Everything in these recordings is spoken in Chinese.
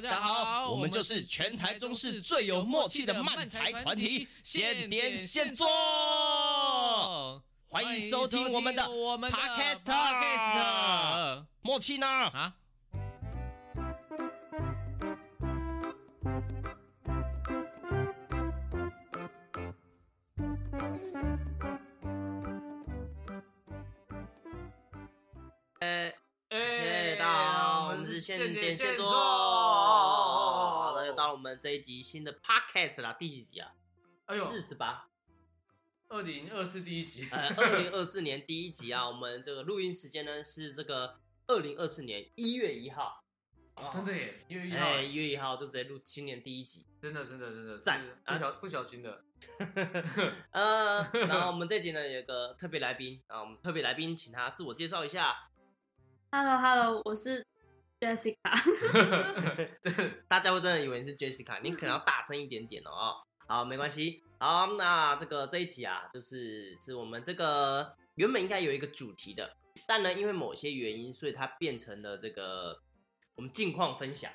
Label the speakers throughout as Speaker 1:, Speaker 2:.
Speaker 1: 大家好，我们就是全台中市最有默契的漫才团体，现点现做。欢迎收听我们的
Speaker 2: 我们的
Speaker 1: Podcast
Speaker 2: Podcast
Speaker 1: 默契呢？
Speaker 2: 啊。
Speaker 3: 呃，
Speaker 2: 哎
Speaker 3: 哎，大家好，我们是现点现做。好的，又到了我们这一集新的 podcast 啦，第几集啊？
Speaker 2: 哎呦，
Speaker 3: 四十八，
Speaker 2: 二零二四第一集，
Speaker 3: 呃，二零二四年第一集啊。我们这个录音时间呢是这个二零二四年一月一号，
Speaker 1: 哦
Speaker 2: 真的耶，一月一号
Speaker 1: 啊
Speaker 3: 哎，
Speaker 2: 耶，
Speaker 3: 一月一号就直接录今年第一集。
Speaker 2: 真的真的真的，
Speaker 3: 赞
Speaker 2: 是不小不小心的，
Speaker 3: 呃，然后我们这集呢有一个特别来宾啊，我们特别来宾请他自我介绍一下，
Speaker 4: Hello Hello，我是 Jessica。
Speaker 2: 真的
Speaker 3: 大家会真的以为你是 Jessica，你可能要大声一点点哦。哦好，没关系。好，那这个这一集啊，就是是我们这个原本应该有一个主题的，但呢，因为某些原因，所以它变成了这个我们近况分享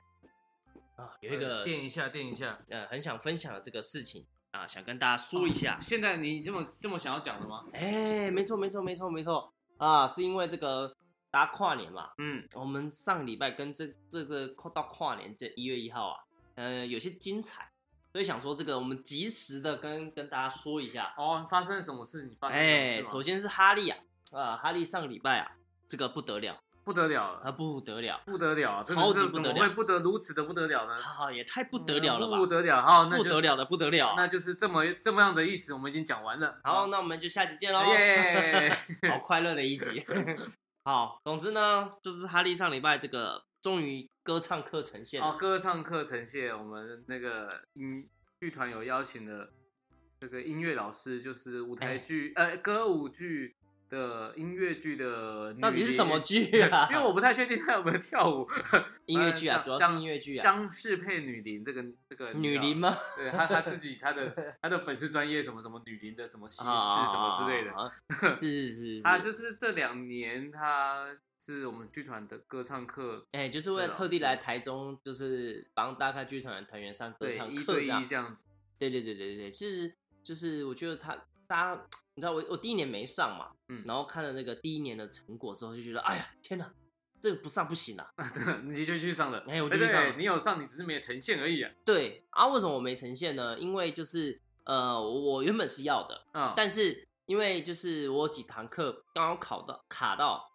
Speaker 3: 啊，有 一个
Speaker 2: 垫一下垫一下。
Speaker 3: 呃很想分享的这个事情啊，想跟大家说一下。
Speaker 2: 现在你这么这么想要讲的吗？
Speaker 3: 哎、没错，没错，没错，没错啊，是因为这个大家跨年嘛，
Speaker 2: 嗯，
Speaker 3: 我们上礼拜跟这这个跨到跨年这一月一号啊，呃，有些精彩，所以想说这个我们及时的跟跟大家说一下。
Speaker 2: 哦，发生了什么事？你发生了
Speaker 3: 哎、
Speaker 2: 什
Speaker 3: 首
Speaker 2: 么事吗？
Speaker 3: 先是哈利啊，啊，哈利上礼拜啊，这个不得了
Speaker 2: 不得了了，
Speaker 3: 啊，不得了，
Speaker 2: 不得了啊，真
Speaker 3: 超
Speaker 2: 的
Speaker 3: 级
Speaker 2: 是
Speaker 3: 不
Speaker 2: 怎
Speaker 3: 得
Speaker 2: 么
Speaker 3: 了
Speaker 2: 会不得如此的不得了呢？
Speaker 3: 啊，也太不得了了吧，
Speaker 2: 不得了，好，那
Speaker 3: 不
Speaker 2: 就是
Speaker 3: 得了的不得了啊。
Speaker 2: 那就是这么这么样的意思，我们已经讲完了。
Speaker 3: 好，那我们就下集见喽。
Speaker 2: 啊耶，
Speaker 3: 好快乐的一集。好，总之呢，就是哈利上礼拜这个终于歌唱课呈现了
Speaker 2: 好，歌唱课呈现我们那个音剧团有邀请的这个音乐老师，就是舞
Speaker 3: 哎
Speaker 2: 台剧呃歌舞剧的音乐剧的女
Speaker 3: 到底是
Speaker 2: 伶？
Speaker 3: 什么剧啊
Speaker 2: 因为我不太确定她有没有跳舞。
Speaker 3: 音乐剧啊，
Speaker 2: 呃
Speaker 3: 主要
Speaker 2: 张
Speaker 3: 是音乐剧啊，
Speaker 2: 张氏配女伶这个这个
Speaker 3: 女伶
Speaker 2: 吗？
Speaker 3: 吗？
Speaker 2: 对，她她自己她的她的粉丝专业什么什么女伶的什 么西施
Speaker 3: 啊
Speaker 2: 什么之类的，
Speaker 3: 啊是是是是
Speaker 2: 啊，就是这两年他是我们剧团的歌唱课，
Speaker 3: 哎，就是为
Speaker 2: 啊
Speaker 3: 了特地来台中，就是帮大咖剧团的团员上歌
Speaker 2: 对
Speaker 3: 唱
Speaker 2: 一
Speaker 3: 课
Speaker 2: 对
Speaker 3: 这
Speaker 2: 一
Speaker 3: 样。
Speaker 2: 这样子，
Speaker 3: 对对对对对，其实就是我觉得他大家，你知道我我第一年没上嘛，
Speaker 2: 嗯
Speaker 3: 然后看了那个第一年的成果之后，就觉得哎呀天哪，这个不上不行啊！
Speaker 2: 对，你就去上了，
Speaker 3: 哎我就去上了
Speaker 2: 对你有上，你只是没有呈现而已啊，
Speaker 3: 对啊，为什么我没呈现呢？因为就是呃，我原本是要的，
Speaker 2: 嗯，
Speaker 3: 但是因为就是我有几堂课刚好考到卡到，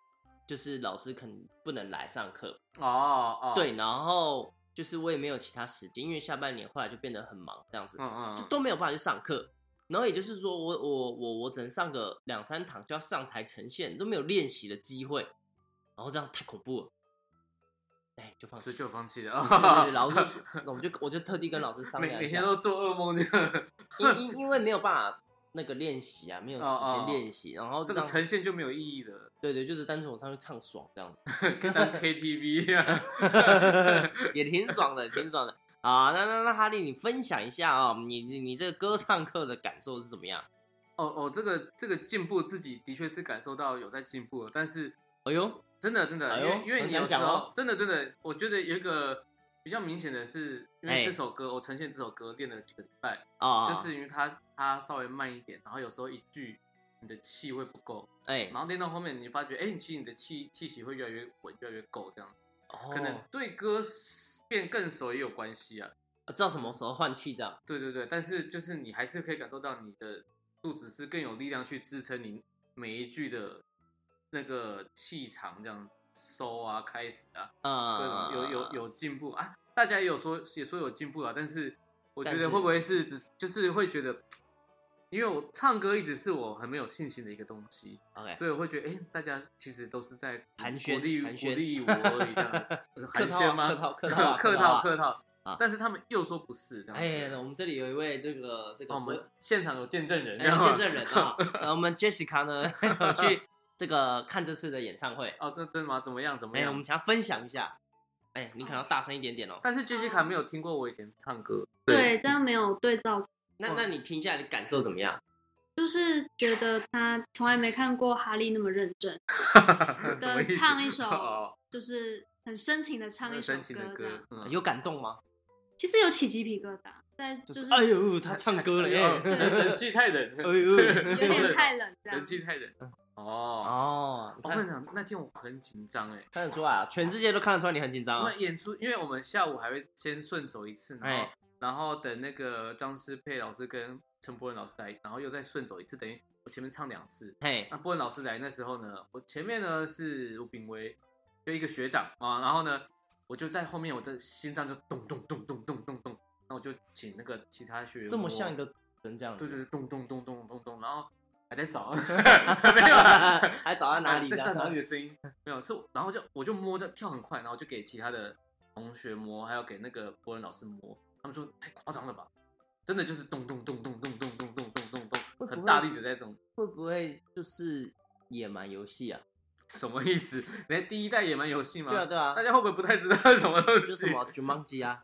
Speaker 3: 就是老师可能不能来上课，
Speaker 2: 哦哦，
Speaker 3: 对，，然后就是我也没有其他时间，因为下半年后来就变得很忙，这样子
Speaker 2: 嗯嗯
Speaker 3: 就
Speaker 2: 嗯，
Speaker 3: 都没有办法去上课。然后也就是说我，我我我只能上个两三堂就要上台呈现，都没有练习的机会，然后这样太恐怖了，哎，就放弃
Speaker 2: 这。就放弃了，
Speaker 3: 对对对老师就说，那我们就我就特地跟老师商
Speaker 2: 每
Speaker 3: 量一
Speaker 2: 每
Speaker 3: 下
Speaker 2: 天，都做噩梦这 样，
Speaker 3: 因因因为没有办法那个练习啊，没有时
Speaker 2: 哦哦哦
Speaker 3: 间练习，然后
Speaker 2: 这
Speaker 3: 就
Speaker 2: 个
Speaker 3: 样
Speaker 2: 呈现就没有意义了，
Speaker 3: 对对，就是单纯我上去唱爽 这样子，
Speaker 2: 跟当 KTV 一样，
Speaker 3: 也挺爽的，挺爽的。啊，那那那哈利，你分享一下啊、你你你这个歌唱课的感受是怎么样？
Speaker 2: 哦哦，这个这个进步自己的确是感受到有在进步了，但是。
Speaker 3: 哎呦，
Speaker 2: 真的真的，
Speaker 3: 哎
Speaker 2: 因
Speaker 3: 呦
Speaker 2: 为因为
Speaker 3: 很
Speaker 2: 你
Speaker 3: 敢
Speaker 2: 有时
Speaker 3: 讲
Speaker 2: 候
Speaker 3: 哦
Speaker 2: 真的真的，我觉得有一个比较明显的是，因为
Speaker 3: 哎
Speaker 2: 这首歌我呈现这首歌练了几个礼拜，
Speaker 3: 啊，
Speaker 2: 就是因为它它稍微慢一点，然后有时候一句你的气会不够，
Speaker 3: 哎
Speaker 2: 然，后练到后面你发觉，哎，其实你的气气息会越来越稳，越来越够，这样
Speaker 3: 哦
Speaker 2: 可能对歌变更熟也有关系啊。
Speaker 3: 知道什么时候换气这样。
Speaker 2: 对对对，但是就是你还是可以感受到你的肚子是更有力量去支撑你每一句的那个气场这样收啊、开始啊。
Speaker 3: 啊、
Speaker 2: 对，有有，有进步啊！大家也有说也说有进步啊，但是我觉
Speaker 3: 但
Speaker 2: 得
Speaker 3: 是
Speaker 2: 会不会是只就是会觉得，因为我唱歌一直是我很没有信心的一个东西，
Speaker 3: OK，
Speaker 2: 所以我会觉得，哎、大家其实都是在
Speaker 3: 寒暄
Speaker 2: 鼓励
Speaker 3: 寒暄
Speaker 2: 鼓励我而已，这 样
Speaker 3: 客
Speaker 2: 寒
Speaker 3: 套
Speaker 2: 暄吗？
Speaker 3: 客 套客套啊
Speaker 2: 客
Speaker 3: 客套啊
Speaker 2: 客套
Speaker 3: 啊
Speaker 2: 但是他们又说不是这样子。
Speaker 3: 哎，我们这里有一位这个这个
Speaker 2: 那我们
Speaker 3: 国
Speaker 2: 现场有见证人，
Speaker 3: 哎
Speaker 2: 然后
Speaker 3: 见证人 啊，呃，我们 Jessica 呢有去这个看这次的演唱会，
Speaker 2: 哦，真真的吗？怎么样？怎么
Speaker 3: 哎，我
Speaker 2: 样
Speaker 3: 们？想要分享一下，哎，你可能要大声一点点哦。
Speaker 2: 但是杰西卡没有听过我以前唱歌，
Speaker 4: 哦对，这样 没有对照，
Speaker 3: 那那你听一下，你感受怎么样？
Speaker 4: 就是觉得他从来没看过哈利那么认真
Speaker 2: 什么意
Speaker 4: 的
Speaker 2: 思
Speaker 4: 唱一首
Speaker 2: 哦
Speaker 4: 就是很深情的唱一首
Speaker 2: 深情的
Speaker 4: 歌，这
Speaker 2: 歌
Speaker 4: 样，
Speaker 2: 嗯，
Speaker 3: 有感动吗？
Speaker 4: 其实有起鸡皮疙瘩，但
Speaker 3: 就
Speaker 4: 就是是
Speaker 3: 哎 呦，他唱歌
Speaker 2: 哎
Speaker 3: 了耶！
Speaker 4: 对对
Speaker 2: 人气太哦 冷，
Speaker 3: 哎呦
Speaker 2: 有
Speaker 4: 有点太冷这样
Speaker 2: 人。气太冷。哦，
Speaker 3: 哦，你
Speaker 2: 我跟
Speaker 3: 看
Speaker 2: 你讲，那天我很紧张哎，
Speaker 3: 看得出来啊，全世界都看得出来你很紧张
Speaker 2: 我
Speaker 3: 啊。
Speaker 2: 们演出，因为我们下午还会先顺走一次，然后
Speaker 3: 哎
Speaker 2: 然后等那个张诗佩老师跟陈柏文老师来，然后又再顺走一次，等于我前面唱两次。
Speaker 3: 嘿
Speaker 2: 那，波恩老师来那时候呢，我前面呢是吴炳威，就一个学长啊，然后呢，我就在后面，我的心脏就咚咚咚咚咚咚咚，那我就请那个其他学员
Speaker 3: 这么像一
Speaker 2: 个，
Speaker 3: 个 人这样子，
Speaker 2: 对对对，咚咚咚咚咚咚，然后还在 找，没有啦，
Speaker 3: 还找到哪里啊
Speaker 2: 在
Speaker 3: 的？
Speaker 2: 上哪里的声音？没有，是我，然后就我就摸着跳很快，然后就给其他的同学摸，还有给那个波恩老师摸，他们说太夸张了吧，真的就是咚咚咚咚咚咚咚咚咚咚咚，
Speaker 3: 会不会
Speaker 2: 很大力的在咚。
Speaker 3: 会不会就是野蛮游戏啊？
Speaker 2: 什么意思？ 你的第一代野蛮游戏吗？
Speaker 3: 对啊，对啊
Speaker 2: 大，家会不会不太知道是什么东西？
Speaker 3: 就是什么 Jumanji 啊？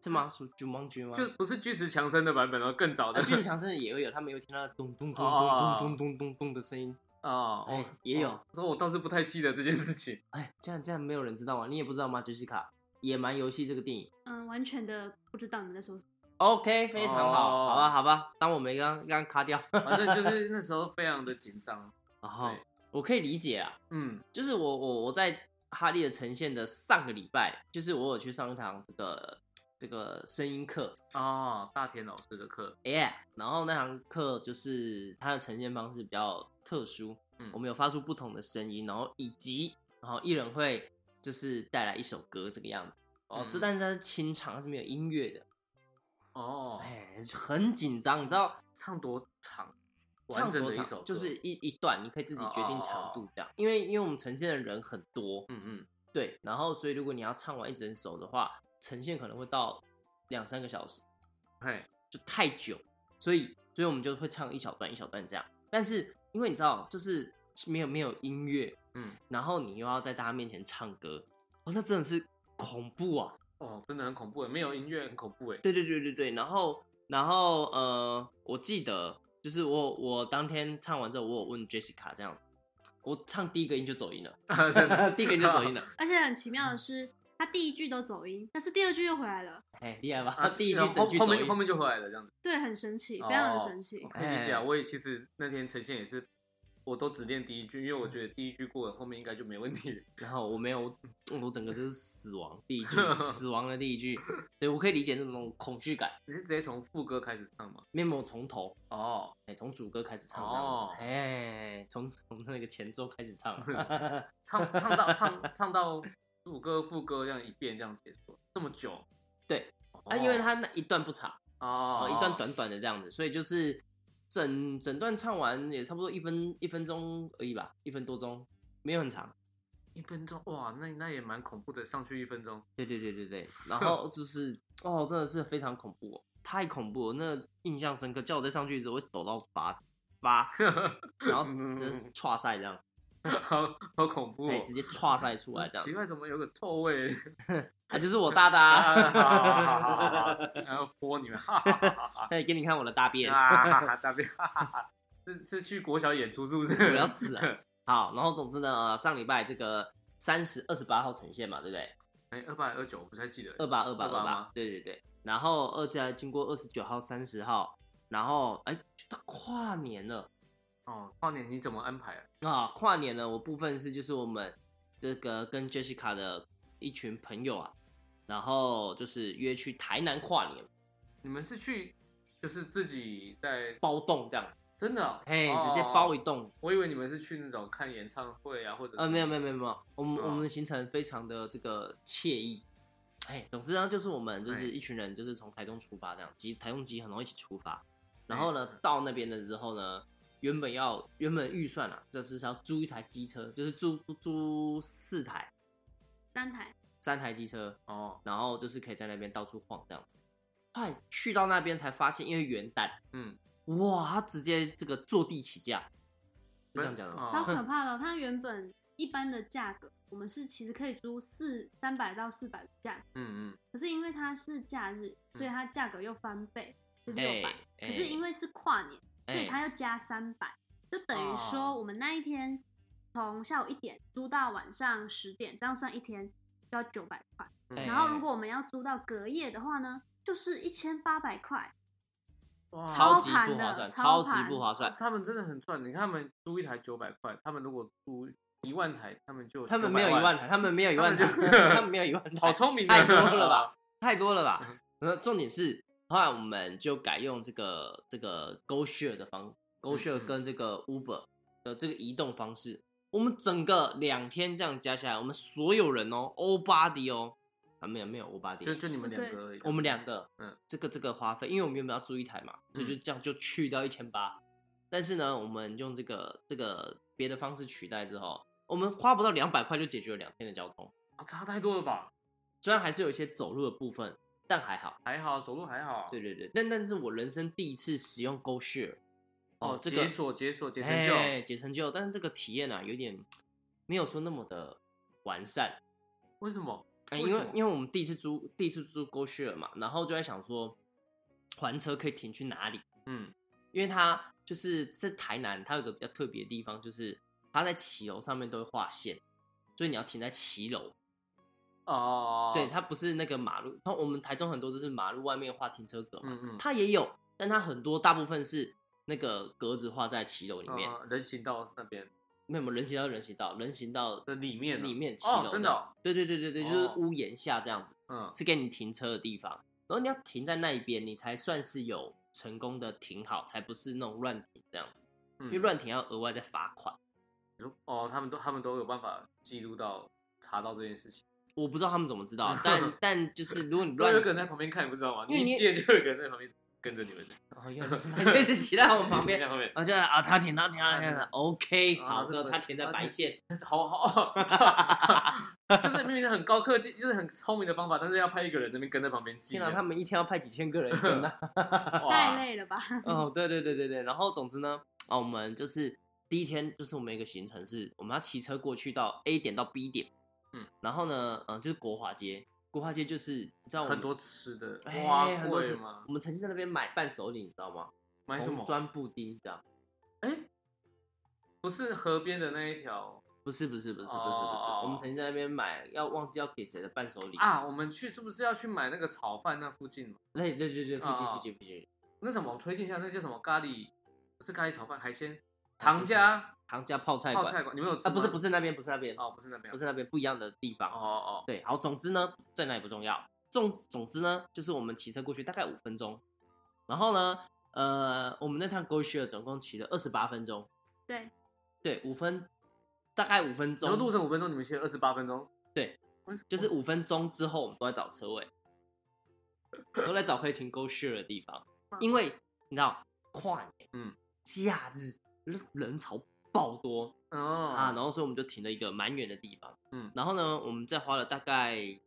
Speaker 3: 是吗？属 Jumanji 吗？
Speaker 2: 就是不是巨石强森的版本哦，更早
Speaker 3: 啊，
Speaker 2: 的。
Speaker 3: 巨石强森也会有，他们有听到咚咚咚
Speaker 2: 哦
Speaker 3: 咚咚咚咚咚咚的声音。
Speaker 2: 哦，
Speaker 3: 哎
Speaker 2: 哦
Speaker 3: 也有
Speaker 2: 哦所以我倒是不太记得这件事情。
Speaker 3: 哎，这样这样没有人知道啊吗？你也不知道吗？Jessica，《野蛮游戏》这个电影
Speaker 4: 嗯，完全的不知道你们在说什么。
Speaker 3: ，OK，非常好，
Speaker 2: 哦
Speaker 3: 好吧，好吧，当我们刚刚刚卡掉，
Speaker 2: 反正就是那时候非常的紧张。
Speaker 3: 然后
Speaker 2: 对
Speaker 3: 我可以理解啊，
Speaker 2: 嗯，
Speaker 3: 就是我我我在哈利的呈现的上个礼拜，就是我有去上一堂这个这个声音课，
Speaker 2: 哦，大田老师的课，
Speaker 3: 哎、然后那堂课就是它的呈现方式比较特殊，
Speaker 2: 嗯
Speaker 3: 我们有发出不同的声音，然后以及然后一人会就是带来一首歌这个样子。哦，这
Speaker 2: 嗯
Speaker 3: 但是它是清唱，它是没有音乐的，
Speaker 2: 哦，
Speaker 3: 哎，就很紧张，你知道
Speaker 2: 唱多长？
Speaker 3: 唱
Speaker 2: 完整
Speaker 3: 多
Speaker 2: 的一
Speaker 3: 长
Speaker 2: 首歌哦
Speaker 3: 就是一一段，你可以自己决定长度这样，因为因为我们呈现的人很多，
Speaker 2: 嗯嗯，
Speaker 3: 对，然后所以如果你要唱完一整首的话，呈现可能会到两三个小时，
Speaker 2: 嘿，
Speaker 3: 就太久，所以所以我们就会唱一小段一小段这样。但是因为你知道，就是没有没有音乐，
Speaker 2: 嗯，
Speaker 3: 然后你又要在大家面前唱歌，哦，那真的是恐怖啊！
Speaker 2: 哦，真的很恐怖耶，没有音乐很恐怖哎。
Speaker 3: 对对对对对，然后然后呃，我记得就是我我当天唱完之后，我有问 Jessica 这样，我唱第一个音就走音了，
Speaker 2: 真的
Speaker 3: 第一个音就走音了，
Speaker 4: 而且很奇妙的是，他第一句都走音，但是第二句又回来了，
Speaker 3: 哎，厉害吧？
Speaker 2: 啊，
Speaker 3: 第一
Speaker 2: 然
Speaker 3: 句
Speaker 2: 后
Speaker 3: 整句
Speaker 2: 后
Speaker 3: 走
Speaker 2: 后面后
Speaker 3: 音，
Speaker 2: 面就回来了这样子。
Speaker 4: 对，很神奇，非常的神奇
Speaker 2: 哦我。可以理解啊，
Speaker 3: 哎
Speaker 2: 我也其实那天呈现也是，我都只练第一句，因为我觉得第一句过了，后面应该就没问题了。
Speaker 3: 然后我没有，我我整个就是死亡第一句，死亡的第一句，对我可以理解那种恐惧感。
Speaker 2: 你是直接从副歌开始唱吗？
Speaker 3: 没有没有从头，
Speaker 2: 哦，
Speaker 3: 哎、从主歌开始唱，
Speaker 2: 哦
Speaker 3: 哎，从从那个前奏开 始唱，
Speaker 2: 唱唱到 唱唱到主歌副歌这样一遍这样结束，这么久？
Speaker 3: 对
Speaker 2: 哦，
Speaker 3: 啊，因为它那一段不长，
Speaker 2: 哦
Speaker 3: 哦，一段短短的这样子，所以就是整整段唱完也差不多一分一分钟而已吧，一分多钟，没有很长。
Speaker 2: 一分钟，哇，那那也蛮恐怖的，上去一分钟，
Speaker 3: 对对对对 对，然后就是哦，真的是非常恐怖、哦，太恐怖了，那印象深刻，叫我再上去的时候会抖到八八，然后就是 歘塞这样，
Speaker 2: 好好恐怖
Speaker 3: 哎、
Speaker 2: 哦
Speaker 3: 直。接歘塞出啊来这 样
Speaker 2: 奇，怪，怎么有个臭 味？
Speaker 3: 啊，就是我大大
Speaker 2: 啊，好好好好好
Speaker 3: 啊
Speaker 2: 好，，然后泼你们， 哈哈哈哈哈！
Speaker 3: 哎，给你看我的大便，
Speaker 2: 啊哈哈，大便， 哈哈哈！是是去国小演出是不是？
Speaker 3: 我要死 啊！好，然后总之呢，呃上礼拜这个三十二十八号呈现嘛，对不对？
Speaker 2: 哎，二八二九，我不太记得。
Speaker 3: 二八二八
Speaker 2: 28
Speaker 3: 二八
Speaker 2: 吗，
Speaker 3: 对对对。然后二加经过二十九号、三十号，然后哎，就到跨年了
Speaker 2: 哦，跨年你怎么安排啊？
Speaker 3: 啊！跨年呢，我部分是就是我们这个跟 Jessica 的一群朋友啊，然后就是约去台南跨年
Speaker 2: 你们是去就是自己在
Speaker 3: 包栋这样，
Speaker 2: 真的、哦？
Speaker 3: 嘿，
Speaker 2: 哦
Speaker 3: 直接包一栋
Speaker 2: 我以为你们是去那种看演唱会啊，或者
Speaker 3: 呃，没有没
Speaker 2: 有，
Speaker 3: 有没有没有，我们
Speaker 2: 是吗
Speaker 3: 我们的行程非常的这个惬意。哎，总之呢，就是我们就
Speaker 2: 哎
Speaker 3: 是一群人，就是从台中出发，这样集台中集合，然后一起出发。
Speaker 2: 哎
Speaker 3: 然后呢，到那边的时候呢，原本要原本预算啊，就是要租一台机车，就是租租四台
Speaker 4: 三台，
Speaker 3: 三台机车，
Speaker 2: 哦，
Speaker 3: 然后就是可以在那边到处晃这样子。后来去到那边才发现，因为元旦，
Speaker 2: 嗯，
Speaker 3: 哇，他直接这个坐地起价，是这样讲的吗？
Speaker 2: 哦
Speaker 4: 超可怕的哦。它原本一般的价格，我们是其实可以租四三百到四百的价格，
Speaker 2: 嗯嗯，
Speaker 4: 可是因为它是假日，所以
Speaker 2: 嗯
Speaker 4: 它价格又翻倍，就六百。
Speaker 3: 哎
Speaker 4: 可是因为是跨年，所以
Speaker 3: 哎
Speaker 4: 它要加三百，就等于
Speaker 2: 哦
Speaker 4: 说我们那一天从下午一点租到晚上十点，这样算一天，需要九百块，
Speaker 2: 哎
Speaker 4: 然后如果我们要租到隔夜的话呢，就是一千八百块，
Speaker 2: 哇
Speaker 3: 超
Speaker 4: 超
Speaker 3: 级不划
Speaker 4: 超盘的
Speaker 3: 算，超
Speaker 4: 超盘
Speaker 3: 级不划算。
Speaker 2: 他们真的很赚。你看他们租一台九百块，他们如果租一万台，他们就
Speaker 3: 他们
Speaker 2: 900
Speaker 3: 没有一万
Speaker 2: 万，
Speaker 3: 台，他们没有一万台，
Speaker 2: 他们就
Speaker 3: 他们没有一万台，
Speaker 2: 好聪明啊，
Speaker 3: 太多了吧？ 太多了吧？呃，重点是后来我们就改用这个这个 Go Share 的方，Go Share
Speaker 2: 嗯
Speaker 3: 跟这个 Uber 的这个移动方式，我们整个两天这样加起来，我们所有人哦，欧巴迪哦，啊没有没有欧巴迪，
Speaker 2: 就就你们两个而已。
Speaker 3: 我们两个，
Speaker 2: 嗯
Speaker 3: 嗯，这个这个花费，因为我们原本要租一台嘛，所以就这样就去掉一千八。但是呢，我们用这个这个别的方式取代之后，我们花不到两百块就解决了两天的交通。
Speaker 2: 啊，差太多了吧？
Speaker 3: 虽然还是有一些走路的部分，但还好。
Speaker 2: 还好，走路还好。
Speaker 3: 对，对对，但但是我人生第一次使用 Go Share，
Speaker 2: 哦，
Speaker 3: 这个
Speaker 2: 解锁解锁解成就，
Speaker 3: 哎解成就，但是这个体验啊，有点没有说那么的完善。
Speaker 2: 为什么？
Speaker 3: 哎，因为
Speaker 2: 什么
Speaker 3: 因为我们第一次租第一次租 Go Share 嘛，然后就在想说，还车可以停去哪里？
Speaker 2: 嗯
Speaker 3: 因为它就是在台南，它有一个比较特别的地方，就是它在骑楼上面都会画线，所以你要停在骑楼。
Speaker 2: 哦，
Speaker 3: 对，它不是那个马路，它我们台中很多就是马路外面画停车格嘛，
Speaker 2: 嗯嗯，
Speaker 3: 它也有，但它很多大部分是那个格子画在骑楼里面，
Speaker 2: 呃人行道那边
Speaker 3: 没有人行道人行道人行道
Speaker 2: 的里面啊
Speaker 3: 里面骑楼这
Speaker 2: 哦
Speaker 3: 样、，
Speaker 2: 真的哦，
Speaker 3: 对对对对对，就
Speaker 2: 哦
Speaker 3: 是屋檐下这样子。
Speaker 2: 嗯
Speaker 3: 是给你停车的地方，然后你要停在那一边，你才算是有成功的停好，才不是那种乱停这样子，
Speaker 2: 嗯，
Speaker 3: 因为乱停要额外再罚款。
Speaker 2: 哦，他们都他们都有办法记录到查到这件事情，
Speaker 3: 我不知道他们怎么知 道，但但就是如果你
Speaker 2: 都
Speaker 3: 乱
Speaker 2: 有，个人在旁边看，你不知道吗？
Speaker 3: 因为
Speaker 2: 你
Speaker 3: 你
Speaker 2: 一见就有个人在旁边跟着你们，
Speaker 3: 哦，原来是他就是骑在我们 旁边，
Speaker 2: 在旁边，
Speaker 3: 啊，就啊，他停，他停，他停了，OK，
Speaker 2: 啊
Speaker 3: 好
Speaker 2: 这个
Speaker 3: 的，他停在白线，
Speaker 2: 好好，就是明明是很高科技，就是很聪明的方法，但是要派一个人在那边跟在旁边记，啊
Speaker 3: 天哪，他们一天要派几千个人跟啊，
Speaker 4: 太
Speaker 2: 哇，
Speaker 4: 累了吧？
Speaker 3: 哦，对对对对对，然后总之呢，啊，我们就是第一天就是我们有一个行程是，我们要骑车过去到 A 点到 B 点，
Speaker 2: 嗯，
Speaker 3: 然后呢，嗯、就是国华街，国华街就是你知道我们
Speaker 2: 很多吃的，
Speaker 3: 哎
Speaker 2: 哇，
Speaker 3: 很多
Speaker 2: 贵
Speaker 3: 是
Speaker 2: 吗？
Speaker 3: 我们曾经在那边买伴手礼，你知道吗？
Speaker 2: 买什么哎
Speaker 3: 红？砖布丁，你知道吗？
Speaker 2: 不是河边的那一条
Speaker 3: 不是不是不是不是不是，
Speaker 2: 哦
Speaker 3: 我们曾经在那边买，要忘记要给谁的伴手礼
Speaker 2: 啊，我们去是不是要去买那个炒饭那附近？
Speaker 3: 对对对对，附近
Speaker 2: 哦
Speaker 3: 附近附近，
Speaker 2: 那什么，我推荐一下，那叫什么咖喱，不是咖喱炒饭，海鲜
Speaker 3: 海鲜
Speaker 2: 唐家
Speaker 3: 唐家泡菜
Speaker 2: 泡
Speaker 3: 馆
Speaker 2: 菜馆，你们有吃
Speaker 3: 啊，
Speaker 2: 吗？
Speaker 3: 不是不是那边不是那边，
Speaker 2: 哦，不是那边，
Speaker 3: 不是那边不一样的地方
Speaker 2: 哦哦
Speaker 3: 对，好，总之呢，在那也不重要。总总之呢，就是我们骑车过去大概五分钟，然后呢，呃，我们那趟 Go Share 总共骑了二十八分钟，
Speaker 4: 对，
Speaker 3: 对，五分，大概五分
Speaker 2: 哦，然后
Speaker 3: 钟，
Speaker 2: 路程五分钟，你们骑了二十八分钟，
Speaker 3: 对
Speaker 2: 为什么，
Speaker 3: 就是五分钟之后，我们都在找车位，都在找可以停 Go Share 的地方，因为你知道跨年，
Speaker 2: 嗯，
Speaker 3: 假日人人潮爆多，
Speaker 2: 哦
Speaker 3: 啊，然后所以我们就停了一个蛮远的地方，
Speaker 2: 嗯
Speaker 3: 然后呢，我们再花了大概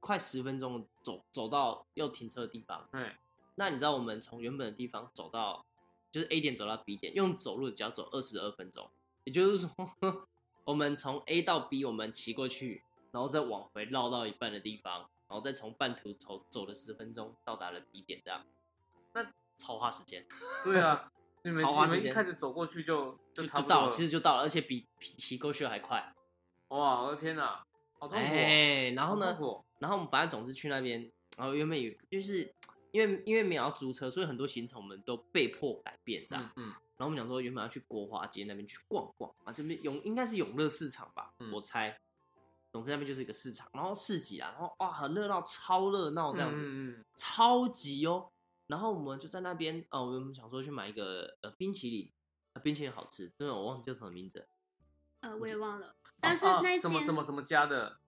Speaker 3: 快十分钟走走到要停车的地方。
Speaker 2: 对，
Speaker 3: 那你知道我们从原本的地方走到就是 A 点走到 B 点，用走路只要走二十二分钟，也就是说 我们从 A 到 B 我们骑过去，然后再往回绕到一半的地方，然后再从半途走走了十分钟到达了 B 点，这样。
Speaker 2: 那
Speaker 3: 超花时间，
Speaker 2: 对啊，你们
Speaker 3: 超
Speaker 2: 你
Speaker 3: 花
Speaker 2: 们
Speaker 3: 时
Speaker 2: 一
Speaker 3: 间
Speaker 2: 开始走过去就
Speaker 3: 就
Speaker 2: 差
Speaker 3: 就
Speaker 2: 不多
Speaker 3: 到了，其实就到了，而且比比骑过去还快。
Speaker 2: 哇，我的天哪，好痛苦哦，
Speaker 3: 哎，然后
Speaker 2: 好
Speaker 3: 呢
Speaker 2: 痛，苦哦
Speaker 3: 然后我们反正总是去那边，然后原本有就是因为因为没有要租车，所以很多行程我们都被迫改变这样。
Speaker 2: 嗯嗯，
Speaker 3: 然后我们想说原本要去国华街那边去逛逛啊，这边永应该是永乐市场吧，
Speaker 2: 嗯
Speaker 3: 我猜。总之那边就是一个市场，然后市集啊，然后哇很热闹，超热闹哦这样子，
Speaker 2: 嗯嗯
Speaker 3: 超级哦。然后我们就在那边哦，我们想说去买一个呃冰淇淋，呃冰淇淋好吃，真的我忘记叫什么名字了，
Speaker 4: 呃，我也忘了，但是
Speaker 2: 哦
Speaker 4: 那一
Speaker 2: 什么什
Speaker 4: 天
Speaker 2: 么什么家的，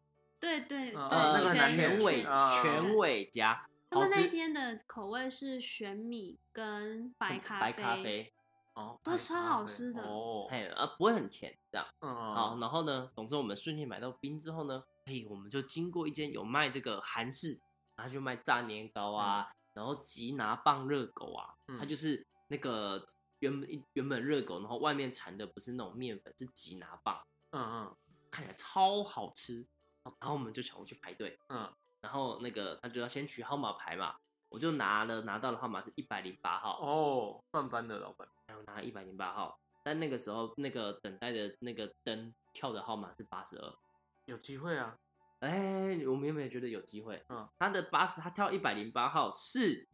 Speaker 4: 对对
Speaker 2: 呃
Speaker 3: 呃
Speaker 2: 那个很难免
Speaker 3: 全
Speaker 4: 全
Speaker 3: 尾
Speaker 2: 去啊
Speaker 3: 全尾家，
Speaker 4: 他们
Speaker 3: 好
Speaker 4: 那
Speaker 3: 吃
Speaker 4: 一天的口味是玄米跟白咖
Speaker 3: 白咖啡，
Speaker 2: 哦，
Speaker 4: 都
Speaker 2: 白
Speaker 4: 超
Speaker 2: 咖
Speaker 4: 好
Speaker 2: 啡
Speaker 4: 吃的
Speaker 2: 哦，
Speaker 3: 哎，呃，不会很甜这样。
Speaker 2: 嗯，
Speaker 3: 好，
Speaker 2: 好，
Speaker 3: 然后呢，总之我们顺利买到冰之后呢，嘿，我们就经过一间有卖这个韩式，然后就卖炸年糕啊，然后吉拿棒热狗啊，它
Speaker 2: 嗯
Speaker 3: 就是那个原本一原本热狗，然后外面缠的不是那种面粉，是吉拿棒，
Speaker 2: 嗯
Speaker 3: 看起来超好吃。然后我们就想过去排队，
Speaker 2: 嗯
Speaker 3: 然后那个他就要先取号码牌嘛，我就拿了拿到了号码是一百零八号
Speaker 2: 嗯，，哦，算翻的老板，
Speaker 3: 还有拿一百零八号，但那个时候那个等待的那个灯跳的号码是八十二，
Speaker 2: 有机会啊，
Speaker 3: 哎，我们有没有觉得有机会？
Speaker 2: 嗯，
Speaker 3: 他的八十，他跳一百零八号是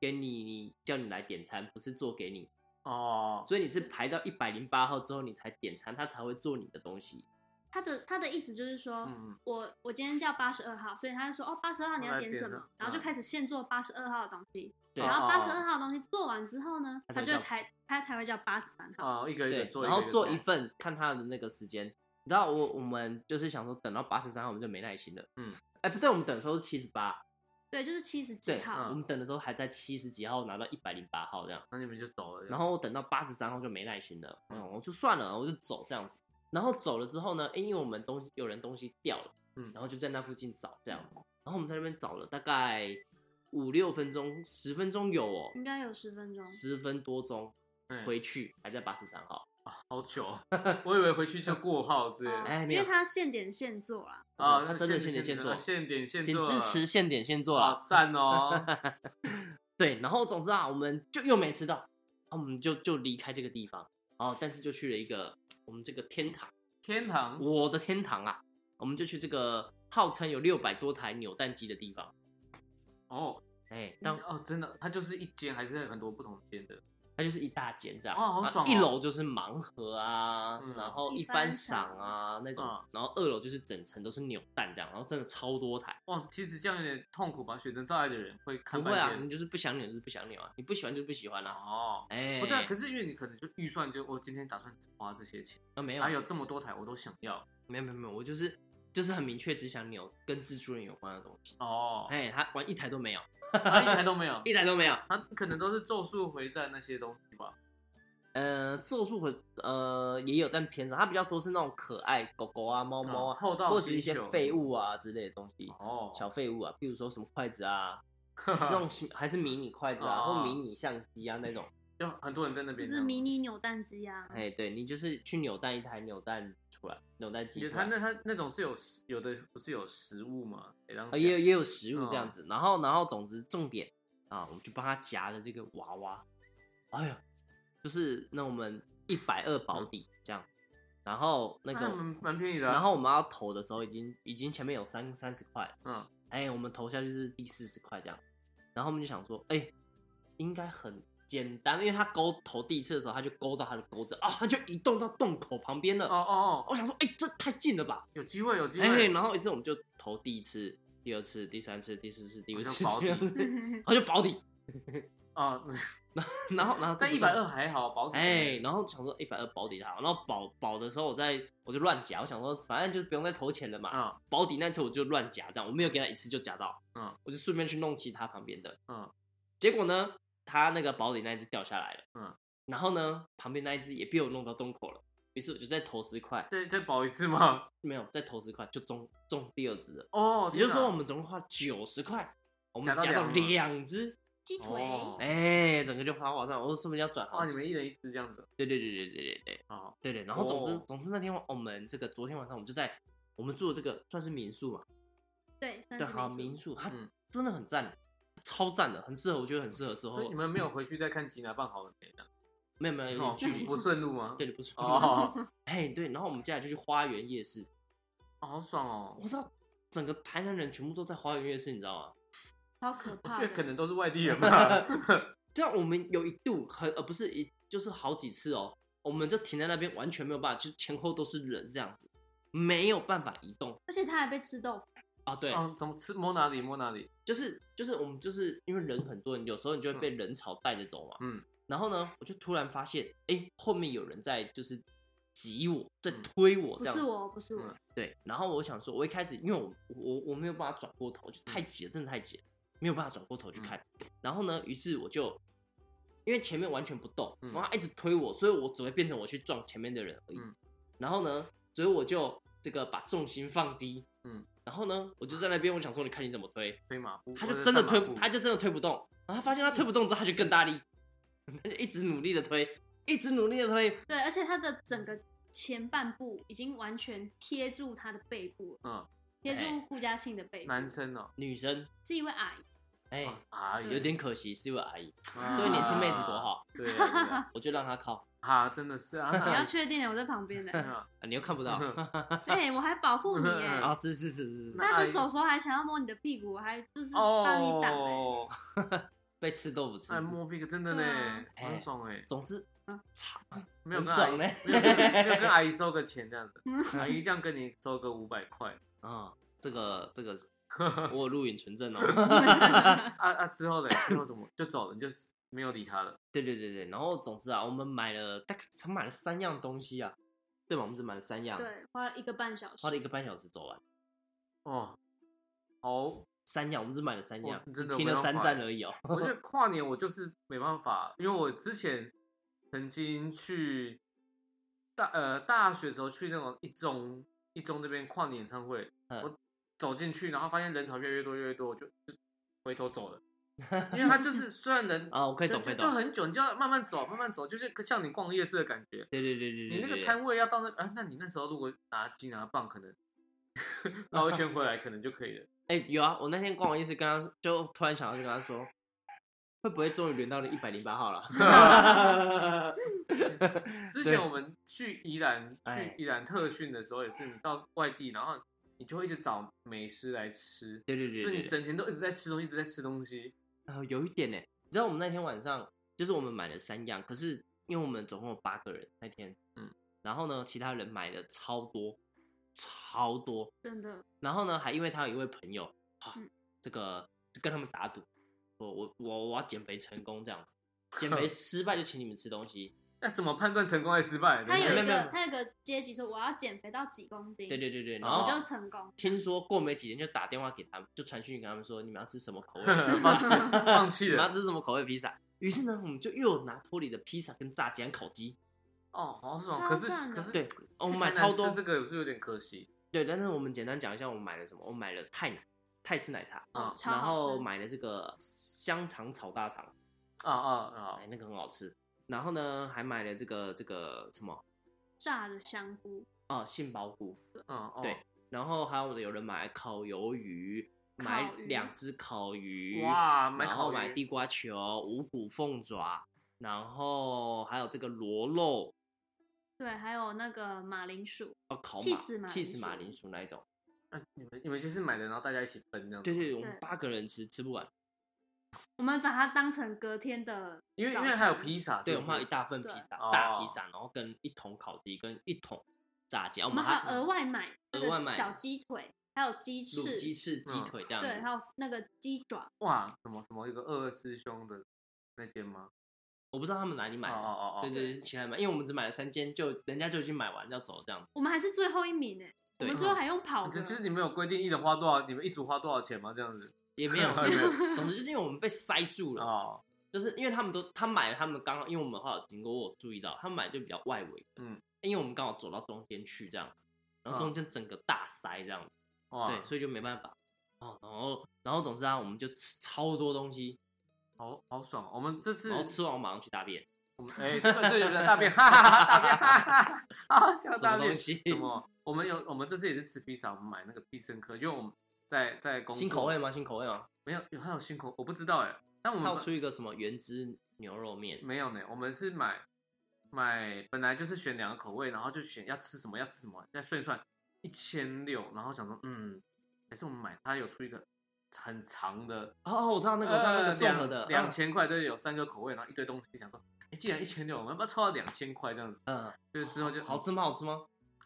Speaker 3: 给你，你叫你来点餐，不是做给你，
Speaker 2: 哦，
Speaker 3: 所以你是排到一百零八号之后你才点餐，他才会做你的东西。
Speaker 4: 他的他的意思就是说，
Speaker 2: 嗯，
Speaker 4: 我我今天叫八十二号，所以他就说哦，八十二号你
Speaker 2: 我
Speaker 4: 要
Speaker 2: 来
Speaker 4: 点
Speaker 2: 点
Speaker 4: 什
Speaker 2: 了
Speaker 4: 么，然后就
Speaker 2: 嗯
Speaker 4: 开始现做八十二号的东西，
Speaker 3: 对
Speaker 4: 然后
Speaker 2: 哦
Speaker 4: 八十二号的东西做完之后呢，
Speaker 3: 他
Speaker 4: 他
Speaker 3: 才
Speaker 4: 就
Speaker 3: 叫
Speaker 4: 才他才会叫八十三号。
Speaker 2: 哦，一个一个
Speaker 3: 对，
Speaker 2: 做，
Speaker 3: 然后
Speaker 2: 个
Speaker 3: 做一，份看他的那个时间。你知道我我们就是想说等到八十三号我们就没耐心了。
Speaker 2: 嗯，
Speaker 3: 哎不对，我们等的时候是七十八，
Speaker 4: 对，就是七十几
Speaker 3: 对，
Speaker 4: 号。
Speaker 2: 嗯
Speaker 3: 我们等的时候还在七十几号拿到一百零八号这样。
Speaker 2: 那你们就走了。
Speaker 3: 然后我等到八十三号就没耐心了，
Speaker 2: 嗯
Speaker 3: 嗯，我就算了，我就走这样子。然后走了之后呢，诶因为我们东西有人东西掉了，
Speaker 2: 嗯
Speaker 3: 然后就在那附近找这样子。然后我们在那边找了大概五六分钟，十分钟有哦，
Speaker 4: 应该有十分钟，
Speaker 3: 十分多钟
Speaker 2: 嗯
Speaker 3: 回去还在八十三号。
Speaker 2: 好 久，我以为回去就过号之类的。
Speaker 4: 哦
Speaker 3: 哎你
Speaker 4: 因为
Speaker 3: 好
Speaker 4: 他现点现做啦。
Speaker 2: 啊，
Speaker 3: 他
Speaker 2: 那
Speaker 3: 真的现
Speaker 2: 现
Speaker 3: 点哦现做，
Speaker 2: 现点现
Speaker 3: 请
Speaker 2: 做，
Speaker 3: 支持现点现做
Speaker 2: 啊
Speaker 3: 啦，。
Speaker 2: 赞哦！
Speaker 3: 对，然后总之啊，我们就又没吃到，然后我们就就离开这个地方，然后但是就去了一个我们这个天堂。
Speaker 2: 天堂，
Speaker 3: 我的天堂啊！我们就去这个号称有六百多台扭蛋机的地方。
Speaker 2: 哦，
Speaker 3: 哎、
Speaker 2: 当
Speaker 3: 当
Speaker 2: 哦，真的，它就是一间，还是很多不同间的。
Speaker 3: 它就是一大间这样，
Speaker 2: 哦好
Speaker 3: 然后
Speaker 2: 爽哦
Speaker 3: 一楼就是盲盒啊，
Speaker 2: 嗯
Speaker 3: 然后一
Speaker 4: 一
Speaker 3: 番
Speaker 4: 番
Speaker 3: 赏啊那种，
Speaker 2: 嗯
Speaker 3: 然后二楼就是整层都是扭蛋这样，然后真的超多台。
Speaker 2: 哇，其实这样有点痛苦吧？选择障碍的人会看
Speaker 3: 不会啊，
Speaker 2: 半
Speaker 3: 你
Speaker 2: 天。
Speaker 3: 就是不想扭就是不想扭啊，你不喜欢就是不喜欢啊。
Speaker 2: 哦，
Speaker 3: 哎、
Speaker 2: 不对啊，可是因为你可能就预算就我今天打算只花这些钱，
Speaker 3: 啊没有
Speaker 2: 还有这么多台我都想要。
Speaker 3: 没有没有没有，我就是就是很明确只想扭跟蜘蛛人有关的东西。
Speaker 2: 哦，
Speaker 3: 哎、他玩一台都没有，
Speaker 2: 他一台都没有，
Speaker 3: 一台都没有。
Speaker 2: 他可能都是咒术回战那些东西 吧。
Speaker 3: 呃，咒术回呃也有，但偏少，它比较多是那种可爱狗狗啊、猫猫啊，
Speaker 2: 嗯厚道
Speaker 3: 或者是一
Speaker 2: 星
Speaker 3: 些
Speaker 2: 球
Speaker 3: 废物啊之类的东西，
Speaker 2: 哦，
Speaker 3: 小废物啊，比如说什么筷子啊，那种还是迷你筷子啊，
Speaker 2: 哦
Speaker 3: 或迷你相机啊那种。
Speaker 2: 就很多人在那
Speaker 4: 就
Speaker 2: 边这
Speaker 4: 是
Speaker 2: 样。
Speaker 4: 迷你扭蛋机啊，
Speaker 3: 哎，对你就是去扭蛋一台扭蛋出来，扭蛋机
Speaker 2: 也
Speaker 3: 出
Speaker 2: 他
Speaker 3: 来，
Speaker 2: 那他那种是有食有的不是有食物吗？也当
Speaker 3: 啊也有
Speaker 2: 讲
Speaker 3: 也有食物这样子。然后然后总之重点啊，我们就帮他夹了这个娃娃，哎呀，就是那我们一百二保底这样，然后那
Speaker 2: 那
Speaker 3: 个
Speaker 2: 还蛮蛮便宜的啊。
Speaker 3: 然后我们要投的时候，已经已经前面有三三十块，
Speaker 2: 嗯，
Speaker 3: 哎，我们投下去是第四十块这样，然后我们就想说，哎，应该很简单，因为他勾投第一次的时候，他就勾到他的钩子啊，他就移动到洞口旁边了。
Speaker 2: 哦哦哦，
Speaker 3: 我想说，哎，这太近了吧？
Speaker 2: 有机会有机
Speaker 3: 哎，
Speaker 2: 会。
Speaker 3: 然后一次我们就投第一次、第二次、第三次、第四次、第五次，
Speaker 2: 好像保底
Speaker 3: 这样 子然后就保底，
Speaker 2: 啊，
Speaker 3: 然后然后
Speaker 2: 在一百二，还好，保底。
Speaker 3: 哎，然后想说一百二保底它好，然后保保的时候我在我就乱夹，我想说反正就不用再投钱了嘛，
Speaker 2: 嗯
Speaker 3: 保底那次我就乱夹，这样我没有给他一次就夹到，
Speaker 2: 嗯，
Speaker 3: 我就顺便去弄其他旁边的，
Speaker 2: 嗯，
Speaker 3: 结果呢，他那个保底那一只掉下来了，
Speaker 2: 嗯，
Speaker 3: 然后呢，旁边那一只也被我弄到洞口了，于是我就再投十块，
Speaker 2: 再再保一次吗？
Speaker 3: 没有再投十块就中中第二只了，
Speaker 2: 哦，
Speaker 3: 也就是
Speaker 2: 天哪
Speaker 3: 说我们总共花九十块，我们
Speaker 2: 夹到
Speaker 3: 夹到
Speaker 2: 两只
Speaker 3: 两只，
Speaker 4: 鸡腿。
Speaker 2: 哦
Speaker 3: 哎，整个就花花上，我说不定要转
Speaker 2: 哇，
Speaker 3: 行
Speaker 2: 你，们一人一只这样子，
Speaker 3: 对对对对对对对。
Speaker 2: 哦，
Speaker 3: 对对，然后总之、
Speaker 2: 哦
Speaker 3: 总之那天晚我们这个昨天晚上我们就在我们住的这个算是民宿嘛，
Speaker 4: 对，算
Speaker 3: 对，
Speaker 4: 是
Speaker 3: 好
Speaker 4: 没
Speaker 3: 民宿，
Speaker 4: 错
Speaker 3: 它
Speaker 2: 嗯
Speaker 3: 真的很赞，超赞的，很适合，我觉得很适合之后
Speaker 2: 所以你们没有回去再看吉拿棒好了没？
Speaker 3: 没有没有有
Speaker 2: 哦
Speaker 3: 点距离，
Speaker 2: 不顺路吗？
Speaker 3: 哎 对对不是
Speaker 2: 哦，
Speaker 3: 哎对，然后我们接下来就去花园夜市，
Speaker 2: 哦好爽哦！
Speaker 3: 我知道整个台南人全部都在花园夜市，你知道吗？
Speaker 4: 超可
Speaker 2: 我
Speaker 4: 怕
Speaker 2: 觉
Speaker 4: 的。
Speaker 2: 得可能都是外地人吧。
Speaker 3: 这样我们有一度很呃不是一就是好几次哦，我们就停在那边完全没有办法，就是前后都是人这样子，没有办法移动
Speaker 4: 而且他还被吃豆腐，
Speaker 3: 啊，对，
Speaker 2: 哦，怎么吃摸哪里摸哪里？
Speaker 3: 就是就是我们就是因为人很多，你有时候你就会被人潮带着走嘛。
Speaker 2: 嗯。
Speaker 3: 然后呢，我就突然发现，哎、后面有人在就是挤我，在
Speaker 2: 嗯
Speaker 3: 推我
Speaker 4: 不
Speaker 3: 这样。
Speaker 4: 是我，不是
Speaker 2: 嗯
Speaker 4: 我，
Speaker 3: 对。然后我想说，我一开始因为我我我没有办法转过头，就太
Speaker 2: 嗯
Speaker 3: 挤了，真的太挤了，没有办法转过头去看。然后呢，于是我就因为前面完全不动，
Speaker 2: 嗯
Speaker 3: 然后他一直推我，所以我只会变成我去撞前面的人而已。
Speaker 2: 嗯
Speaker 3: 然后呢，所以我就这个把重心放低。
Speaker 2: 嗯。
Speaker 3: 然后呢，我就在那边，我想说，你看你怎么推。
Speaker 2: 推马步，
Speaker 3: 他
Speaker 2: 或
Speaker 3: 就
Speaker 2: 者
Speaker 3: 真的
Speaker 2: 上
Speaker 3: 推
Speaker 2: 马步，
Speaker 3: 他就真的推不动。然后他发现他推不动之后，他就更大力，他就一直努力的推，一直努力的推。
Speaker 4: 对，而且他的整个前半部已经完全贴住他的背部了，
Speaker 2: 嗯，
Speaker 4: 贴
Speaker 3: 哎
Speaker 4: 住顾佳庆的背部，
Speaker 2: 男生哦，
Speaker 3: 女生，
Speaker 4: 是一位阿姨，
Speaker 3: 哎、
Speaker 2: 啊
Speaker 3: 有点可惜，是一位阿姨，
Speaker 2: 啊
Speaker 3: 所以年轻妹子多好。
Speaker 2: 对啊，对啊
Speaker 3: 我就让他靠
Speaker 2: 啊，真的是啊，
Speaker 4: 你要确定的，我在旁 边的。
Speaker 2: 啊
Speaker 3: 啊，你又看不到
Speaker 2: 嗯
Speaker 4: 哎、我还保护你哎、
Speaker 3: 啊，是是是是是，
Speaker 4: 他的手手还想要摸你的屁股，还就是帮你挡哎、
Speaker 2: 哦，
Speaker 3: 被吃豆腐吃
Speaker 2: 按。摩哎屁股真的
Speaker 4: 对啊
Speaker 2: 呢，
Speaker 3: 哎
Speaker 2: 很爽哎，
Speaker 3: 总之
Speaker 4: 嗯，
Speaker 3: 操，
Speaker 2: 没有
Speaker 3: 很
Speaker 2: 跟阿
Speaker 3: 爽
Speaker 2: 姨
Speaker 3: 嘞
Speaker 2: 没有跟没有跟阿姨收个钱这样子，
Speaker 4: 嗯
Speaker 2: 阿姨这样跟你收个五百块，
Speaker 3: 嗯，这个这 个
Speaker 2: 啊
Speaker 3: 我有录影存 证哦。
Speaker 2: 啊之后呢？之后怎么就走了？你就没有理他了？
Speaker 3: 对对对对，然后总之啊，我们买了大概才买了三样东西啊，对吧？我们只买了三样，
Speaker 4: 对，花了一个半小时
Speaker 3: 花了。一个半小时走完
Speaker 2: 哦，好，
Speaker 3: 三样，我们只买了三样，
Speaker 2: 哇
Speaker 3: 只
Speaker 2: 真的
Speaker 3: 停了
Speaker 2: 没办法
Speaker 3: 三站而已哦。
Speaker 2: 我觉得跨年我就是没办法，因为我之前曾经去大呃大学的时候去那种一中一中那边跨年演唱会，
Speaker 3: 嗯
Speaker 2: 我走进去，然后发现人潮越来越多越来越多，我就就回头走了，因为他就是虽然人
Speaker 3: 啊，我可以
Speaker 2: 就
Speaker 3: 懂，可
Speaker 2: 就
Speaker 3: 以
Speaker 2: 就
Speaker 3: 懂。
Speaker 2: 很久，你就要慢慢走慢慢走，就是像你逛夜市的感觉。
Speaker 3: 对对对对对，
Speaker 2: 你那
Speaker 3: 对
Speaker 2: 个摊位要到那啊，那你那时候如果拿鸡拿棒，可 能绕一圈回来可能就可以了。
Speaker 3: 哎、有啊，我那天逛完夜市，跟他就突然想要去跟他说，会不会终于轮到了一百零八 号了？
Speaker 2: 之前我们去宜兰
Speaker 3: 哎
Speaker 2: 去宜兰特训的时候，也是你到外地，然后你就会一直找美食来吃，
Speaker 3: 对对对
Speaker 2: 所以
Speaker 3: 对
Speaker 2: 你
Speaker 3: 对，
Speaker 2: 整天都一直在吃东西，一直在吃东西。
Speaker 3: 呃，有一点呢、你知道我们那天晚上，就是我们买了三样，可是因为我们总共有八个人那天，
Speaker 2: 嗯，
Speaker 3: 然后呢，其他人买的超多，超多，
Speaker 4: 真的，
Speaker 3: 然后呢，还因为他有一位朋友，啊
Speaker 4: 嗯，
Speaker 3: 这个就跟他们打赌，说我我我要减肥成功这样子，减 肥失败就请你们吃东西。
Speaker 2: 那怎么判断成功还是失败？
Speaker 4: 他有
Speaker 2: 对
Speaker 4: 一
Speaker 2: 不
Speaker 3: 没有没
Speaker 4: 个
Speaker 3: 有
Speaker 4: 他有一个阶级，说我要减肥到几公斤，
Speaker 3: 对对对对，哦然
Speaker 4: 我
Speaker 3: 后
Speaker 4: 就成功。
Speaker 3: 听说过没几天就打电话给他们，就传讯给他们说你们要吃什么口 味的
Speaker 2: 对
Speaker 3: 披萨，
Speaker 2: 放 弃了放
Speaker 3: 你
Speaker 2: 弃
Speaker 3: 们要
Speaker 2: 了。
Speaker 3: 吃什么口味的披萨。于是呢，我们就又有拿坡里的披萨跟炸鸡、烤鸡，
Speaker 2: 哦，好爽！
Speaker 4: 超
Speaker 2: 可是
Speaker 4: 赞的
Speaker 2: 可是
Speaker 3: 对，哦我
Speaker 2: 去
Speaker 3: 们买
Speaker 2: 台南
Speaker 3: 超多
Speaker 2: 吃。这个是有点可惜。
Speaker 3: 对，但是我们简单讲一下我们买了什么，我们买了泰奶泰式奶茶，啊
Speaker 2: 嗯
Speaker 4: 哦超
Speaker 3: 然
Speaker 4: 好
Speaker 3: 后
Speaker 4: 吃。
Speaker 3: 买了这个香肠炒大肠，
Speaker 2: 啊啊
Speaker 3: 哎，那个很好吃。然后呢，还买了这个这个什么
Speaker 4: 炸的香菇，
Speaker 3: 哦，杏鲍菇。
Speaker 2: 啊！嗯哦，
Speaker 3: 对然后还有的有人买烤鱿鱼，
Speaker 4: 烤
Speaker 3: 买
Speaker 4: 鱼
Speaker 3: 两只烤鱼，
Speaker 2: 哇，买
Speaker 3: 然后
Speaker 2: 烤
Speaker 3: 买
Speaker 2: 鱼
Speaker 3: 地瓜球、五谷凤爪，然后还有这个螺肉，
Speaker 4: 对，还有那个马铃薯，
Speaker 3: 哦，烤马
Speaker 4: 气死马
Speaker 3: 气
Speaker 4: 铃
Speaker 3: 死
Speaker 4: 薯
Speaker 3: 马铃薯那一种。
Speaker 2: 啊你们你们就是买的，然后大家一起分这样子
Speaker 3: 对
Speaker 2: 吗。
Speaker 3: 对，对我们
Speaker 4: 对
Speaker 3: 八个人吃吃不完，
Speaker 4: 我们把它当成隔天的
Speaker 2: 因为因
Speaker 4: 早
Speaker 2: 为还有
Speaker 4: 餐
Speaker 2: 披萨，
Speaker 3: 对，
Speaker 2: 是
Speaker 3: 我
Speaker 2: 不
Speaker 3: 们还有
Speaker 2: 是
Speaker 3: 一大份披
Speaker 4: 对
Speaker 3: 萨，
Speaker 2: 哦
Speaker 3: 大披萨，然后跟一桶烤鸡跟一桶炸鸡，啊
Speaker 4: 我
Speaker 3: 我
Speaker 4: 们
Speaker 3: 们
Speaker 4: 还有额
Speaker 3: 还
Speaker 4: 外买那
Speaker 3: 额外
Speaker 4: 个
Speaker 3: 买
Speaker 4: 小鸡腿，还有鸡
Speaker 3: 卤
Speaker 4: 翅，
Speaker 3: 鸡翅、鸡
Speaker 2: 嗯
Speaker 3: 腿这样
Speaker 4: 对，
Speaker 3: 子
Speaker 4: 还。有那个鸡爪，
Speaker 2: 哇，什么什么有个二师兄的那间吗？
Speaker 3: 我不知道他们哪里买
Speaker 2: 哦
Speaker 3: 的，
Speaker 2: 哦哦
Speaker 3: 对
Speaker 2: 哦，
Speaker 3: 对对，是其他人买，因为我们只买了三间，就人家就已经买完要走这样子。
Speaker 4: 我们还是最后一名呢。我
Speaker 3: 对嗯
Speaker 4: 们最后还用跑的
Speaker 2: 哦就，就是你们有规定一人花多少，你们一组花多少钱吗？这样子
Speaker 3: 也没 有，就是总之就是因为我们被塞住了，
Speaker 2: 哦，
Speaker 3: 就是因为他们都他买了，他们刚好因为我们后来有经过，我有注意到他们买就比较外围，欸
Speaker 2: 嗯，
Speaker 3: 因为我们刚好走到中间去这样子，然后中间整个大塞这样子，
Speaker 2: 哇，
Speaker 3: 对，所以就没办法。哦，然后然后总之啊，我们就吃超多东西，
Speaker 2: 好好爽。我们这次
Speaker 3: 然后吃完我马上去大便，
Speaker 2: 我们哎，这个这有点 大便，哈哈哈，大便，哈哈哈，好笑
Speaker 3: 什
Speaker 2: 大
Speaker 3: 么
Speaker 2: 便
Speaker 3: 东。西？
Speaker 2: 什么？我们有我们这次也是吃披萨，我们买那个必胜客，因为我们在在公司
Speaker 3: 新口味吗？新口味吗？
Speaker 2: 没有有还有新口，我不知道哎。但我
Speaker 3: 还
Speaker 2: 们
Speaker 3: 有出一个什么原汁牛肉面？
Speaker 2: 没有呢，我们是买买本来就是选两个口味，然后就选要吃什么要吃什么，再算一算一千六，然后想说嗯，还是我们买它有出一个很长的，
Speaker 3: 哦哦，我知道那个，我知道那
Speaker 2: 呃
Speaker 3: 个综合的嗯
Speaker 2: 两两，千块，对，有三个口味，然后一堆东西，想说哎，既然一千六，我们要不要凑到两千块这样子？
Speaker 3: 嗯，嗯
Speaker 2: 就是之后就
Speaker 3: 好吃吗？好吃吗？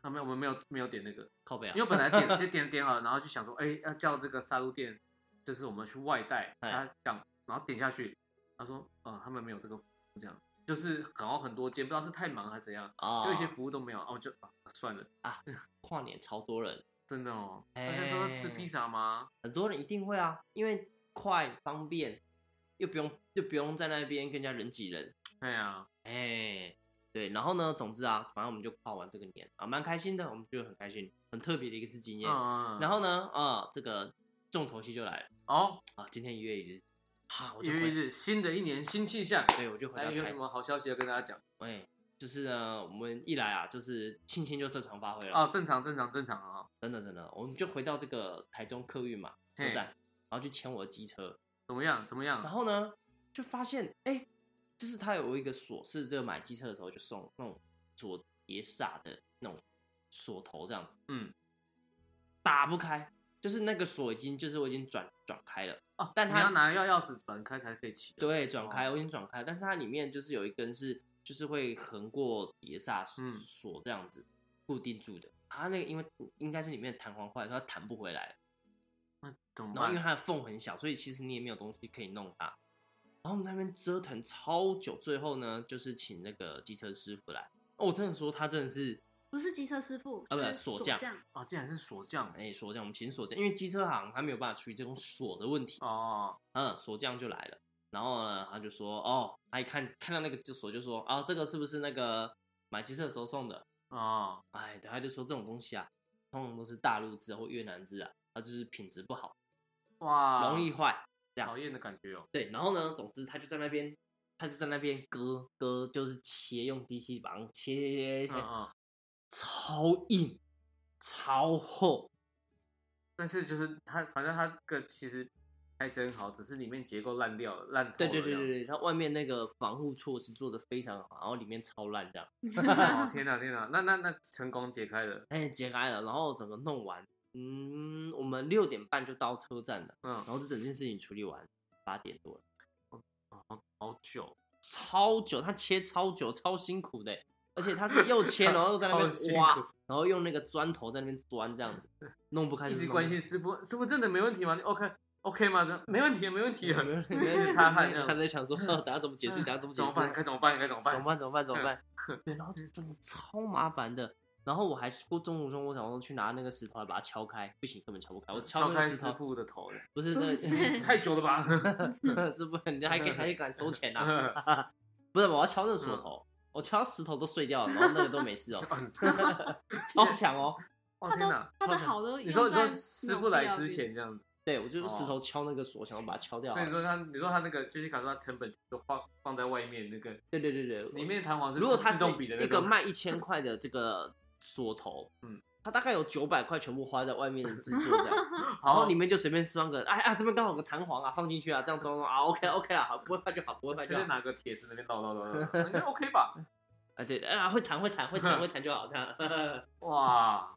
Speaker 2: 啊，没有，我们没有没有点那个，
Speaker 3: 靠北啊，
Speaker 2: 因为本来点就点点好了，然后就想说哎，要叫这个沙鹿店，就是我们去外带，
Speaker 3: 哎
Speaker 2: 他讲，然后点下去，他说嗯，他们没有这个服务这样。就是然后很多间，不知道是太忙还是怎样，
Speaker 3: 啊，
Speaker 2: 就一些服务都没有，哦，就、啊、算了，
Speaker 3: 跨年超多人，
Speaker 2: 真的哦。
Speaker 3: 哎
Speaker 2: 大家都在吃披萨吗？
Speaker 3: 很多人一定会啊，因为快方便，又不用又不用在那边跟人家人挤人，
Speaker 2: 对呀、
Speaker 3: 哎、对，然后呢，总之啊，反正我们就跨完这个年啊，蛮开心的，我们觉得很开心，很特别的一个次经验。
Speaker 2: 嗯，
Speaker 3: 然
Speaker 2: 后
Speaker 3: 后呢，啊，这个重头戏就来了
Speaker 2: 哦，
Speaker 3: 啊，今天一月一日，啊，我
Speaker 2: 一
Speaker 3: 就
Speaker 2: 月一
Speaker 3: 回，
Speaker 2: 日，新的一年新气象，
Speaker 3: 对，我就回
Speaker 2: 哎，
Speaker 3: 到
Speaker 2: 有
Speaker 3: 台
Speaker 2: 什，么好消息要跟大家讲？
Speaker 3: 哎、就是呢，我们一来啊，就是庆庆就正常发挥了，
Speaker 2: 哦，正常，正常，正常啊、哦。
Speaker 3: 真的真的，我们就回到这个台中客运嘛车
Speaker 2: 嘿
Speaker 3: 站，然后去牵我的机车，
Speaker 2: 怎么样？怎么样
Speaker 3: 然？后呢，就发现哎、就是它有一个锁，是这个买机车的时候就送那种左碟刹的那种锁头这样子，
Speaker 2: 嗯，
Speaker 3: 打不开，就是那个锁已经就是我已经转转开了，
Speaker 2: 哦，
Speaker 3: 但
Speaker 2: 你
Speaker 3: 它
Speaker 2: 要拿要钥匙转开才可以骑。，
Speaker 3: 对，转开
Speaker 2: 哦
Speaker 3: 我已经转开，但是它里面就是有一根是就是会横过碟刹锁
Speaker 2: 嗯
Speaker 3: 锁这样子固定住的，它那个因为应该是里面的弹簧坏了，它弹不回来了。
Speaker 2: 那怎么
Speaker 3: 然后因为
Speaker 2: 办？
Speaker 3: 它的缝很小，所以其实你也没有东西可以弄它。然后我们在那边折腾超久，最后呢，就是请那个机车师傅来。哦，我真的说他真的是，
Speaker 4: 不是机车师傅，
Speaker 3: 啊不
Speaker 4: 是
Speaker 3: 是锁
Speaker 4: 锁
Speaker 3: 匠
Speaker 4: 匠，
Speaker 2: 哦，竟然是锁匠
Speaker 3: 哎、锁匠，我们请锁匠，因为机车行他没有办法处理这种锁的问题。
Speaker 2: 哦，
Speaker 3: 嗯，锁匠就来了，然后呢，他就说，哦，他一看看到那个锁就说，啊，这个是不是那个买机车的时候送的？
Speaker 2: 哦，
Speaker 3: 哎，对，他就说这种东西啊，通常都是大陆制啊或越南制啊，它就是品质不好，
Speaker 2: 哇，
Speaker 3: 容易坏。
Speaker 2: 讨厌的感觉哦。
Speaker 3: 对，然后呢，总之他就在那边，他就在那边割割，就是切，用机器把它切切切切，
Speaker 2: 嗯嗯，
Speaker 3: 超硬，超厚，
Speaker 2: 但是就是它，反正它这个其实开真好，只是里面结构烂掉了，烂透
Speaker 3: 对
Speaker 2: 了。
Speaker 3: 对对对对，它外面那个防护措施做的非常好，然后里面超烂这样，
Speaker 2: 哦，天哪天哪，那那那成功解开了。
Speaker 3: 哎，解开了，然后整个弄完，嗯，我们六点半就到车站了，
Speaker 2: 嗯
Speaker 3: 然，后这整件事情处理完八点多了，
Speaker 2: 好好久，
Speaker 3: 超久，他切超久，超辛苦的，而且他是又切，然后又在那
Speaker 2: 超辛苦
Speaker 3: 边挖，然后用那个砖头在那边钻 这样子，弄不开
Speaker 2: 一
Speaker 3: 就
Speaker 2: 直
Speaker 3: 是弄不
Speaker 2: 关
Speaker 3: 开
Speaker 2: 心师傅，师傅真的没问题吗？你 OK OK 吗？这样没问题，没问题啊。
Speaker 3: 没有人
Speaker 2: 擦汗这样
Speaker 3: 他在想 说，呃，等下怎么解释，等下怎么解
Speaker 2: 怎
Speaker 3: 释，
Speaker 2: 么办？该怎么办？该怎么
Speaker 3: 怎
Speaker 2: 办？
Speaker 3: 么
Speaker 2: 嗯
Speaker 3: 办？怎么办？怎么办？对，然后就真的超麻烦的。然后我还过中途中，我想说去拿那个石头来把它敲开，不行，根本敲不开。我敲
Speaker 2: 敲
Speaker 3: 那个
Speaker 2: 开
Speaker 3: 石
Speaker 2: 师
Speaker 3: 头，
Speaker 2: 傅的头了，
Speaker 3: 不是那
Speaker 4: 不是
Speaker 2: 太久了吧？
Speaker 3: 个，是不，人家还敢还敢收钱呐？
Speaker 2: 嗯
Speaker 3: 不是，我要敲那个锁头，我敲石头都碎掉了，然后那个都没事哦， 超强哦。
Speaker 2: 哇天哪！
Speaker 4: 他的好都
Speaker 2: 你说
Speaker 4: 用
Speaker 2: 你说
Speaker 4: 在
Speaker 2: 师
Speaker 4: 那
Speaker 2: 傅
Speaker 4: 种
Speaker 2: 来
Speaker 4: 料
Speaker 2: 之
Speaker 4: 理
Speaker 2: 前这样子，
Speaker 3: 对，我就用石头敲那个锁，想要把它敲掉。
Speaker 2: 哦
Speaker 3: 啊
Speaker 2: 所以你说他，你说他那个杰西卡说他成本都放放在外面那个
Speaker 3: 对对对对，
Speaker 2: 里面弹簧是
Speaker 3: 如果它
Speaker 2: 自
Speaker 3: 是
Speaker 2: 动比的那
Speaker 3: 一个
Speaker 2: 种，
Speaker 3: 卖一千块的这个锁头，嗯
Speaker 2: 嗯，
Speaker 3: 它大概有九百块全部花在外面的制作这样，然
Speaker 2: 好
Speaker 3: 后里面就随便装个，哎啊，这边刚好有个弹簧啊，放进去啊，这样装装啊，OK OK 啊，好，不会坏就好，不会坏
Speaker 2: 随
Speaker 3: 就
Speaker 2: 便
Speaker 3: 好，
Speaker 2: 拿个铁丝那边绕绕绕绕，应该 OK 吧？
Speaker 3: 啊对的，啊会弹会弹 会弹会弹就好，这样，
Speaker 2: 哇，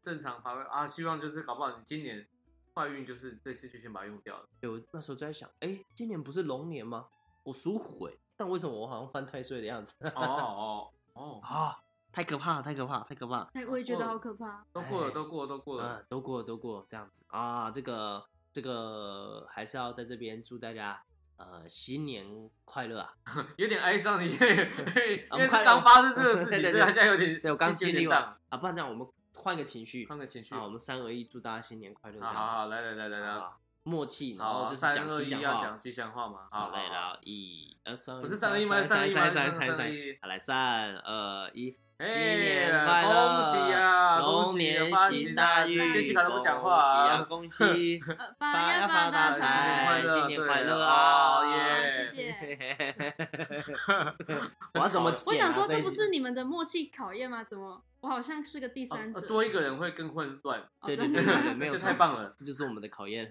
Speaker 2: 正常发挥啊！希望就是搞不好你今年坏运就是这次就先把它用掉了。
Speaker 3: 对我那时候就在想，哎，今年不是龙年吗？我属虎哎，但为什么我好像犯太岁的样子？
Speaker 2: 哦哦哦，
Speaker 3: 啊，太可怕了，太可怕了，太可怕了。
Speaker 4: 哎，我也觉
Speaker 2: 过
Speaker 4: 得
Speaker 2: 了
Speaker 4: 好可怕。
Speaker 2: 都过了，
Speaker 3: 哎
Speaker 2: 都过了，都过了。
Speaker 3: 嗯，都过了都过了这样子啊，这个这个还是要在这边祝大家呃新年快乐啊！
Speaker 2: 有点哀伤，你 因为
Speaker 3: 嗯
Speaker 2: 因
Speaker 3: 我们
Speaker 2: 为
Speaker 3: 快
Speaker 2: 是刚发生这个事
Speaker 3: 对
Speaker 2: 情，
Speaker 3: 对对
Speaker 2: 所以他现在有点
Speaker 3: 对我刚
Speaker 2: 心
Speaker 3: 经
Speaker 2: 情有
Speaker 3: 历
Speaker 2: 点
Speaker 3: 完
Speaker 2: 荡，
Speaker 3: 啊，不然这样我们换个情绪，
Speaker 2: 换个情绪。
Speaker 3: 啊，我
Speaker 2: 好
Speaker 3: 们三二一，祝大家新年快乐这
Speaker 2: 好
Speaker 3: 样子，
Speaker 2: 好，来来来来来，
Speaker 3: 好默契，然
Speaker 2: 好，
Speaker 3: 后就是
Speaker 2: 三
Speaker 3: 讲
Speaker 2: 二
Speaker 3: 吉
Speaker 2: 一
Speaker 3: 祥
Speaker 2: 要
Speaker 3: 话
Speaker 2: 讲。吉祥话吗？
Speaker 3: 好，
Speaker 2: 好，
Speaker 3: 来，然
Speaker 2: 好
Speaker 3: 后一呃，三
Speaker 2: 不是三
Speaker 3: 三
Speaker 2: 二一吗
Speaker 3: 三
Speaker 2: 三二一
Speaker 3: 三
Speaker 2: 吗三
Speaker 3: 三三
Speaker 2: 三
Speaker 3: 三
Speaker 2: 二一，
Speaker 3: 好来三二一，
Speaker 2: 哎
Speaker 3: 新年快乐，
Speaker 2: 恭喜啊，恭
Speaker 3: 龙
Speaker 2: 喜
Speaker 3: 年
Speaker 2: 发
Speaker 3: 行
Speaker 2: 喜
Speaker 3: 大
Speaker 2: 大
Speaker 3: 运，
Speaker 2: 运！杰西卡都不讲话啊，
Speaker 3: 恭喜啊，恭喜！
Speaker 4: 呃，
Speaker 3: 发
Speaker 4: 发
Speaker 3: 呀
Speaker 4: 呀
Speaker 3: 发大
Speaker 4: 大
Speaker 3: 财，
Speaker 4: 财，
Speaker 2: 新
Speaker 3: 新
Speaker 2: 年快乐
Speaker 3: 年快乐
Speaker 2: 对
Speaker 3: 啊！
Speaker 2: 哦耶
Speaker 4: 谢谢。
Speaker 3: 我要怎么？
Speaker 4: 我
Speaker 2: 啊
Speaker 4: 想说，这不是你们的默契考验吗？怎么我好像是个第
Speaker 2: 哦
Speaker 4: 三者？
Speaker 2: 多一个人会更混乱，
Speaker 4: 哦
Speaker 3: 对对
Speaker 4: 真
Speaker 3: 对
Speaker 4: 的
Speaker 3: 对
Speaker 4: 吗
Speaker 3: 啊 对，没有
Speaker 2: 这
Speaker 3: 错
Speaker 2: 太棒了。
Speaker 3: 这就是我们的考验。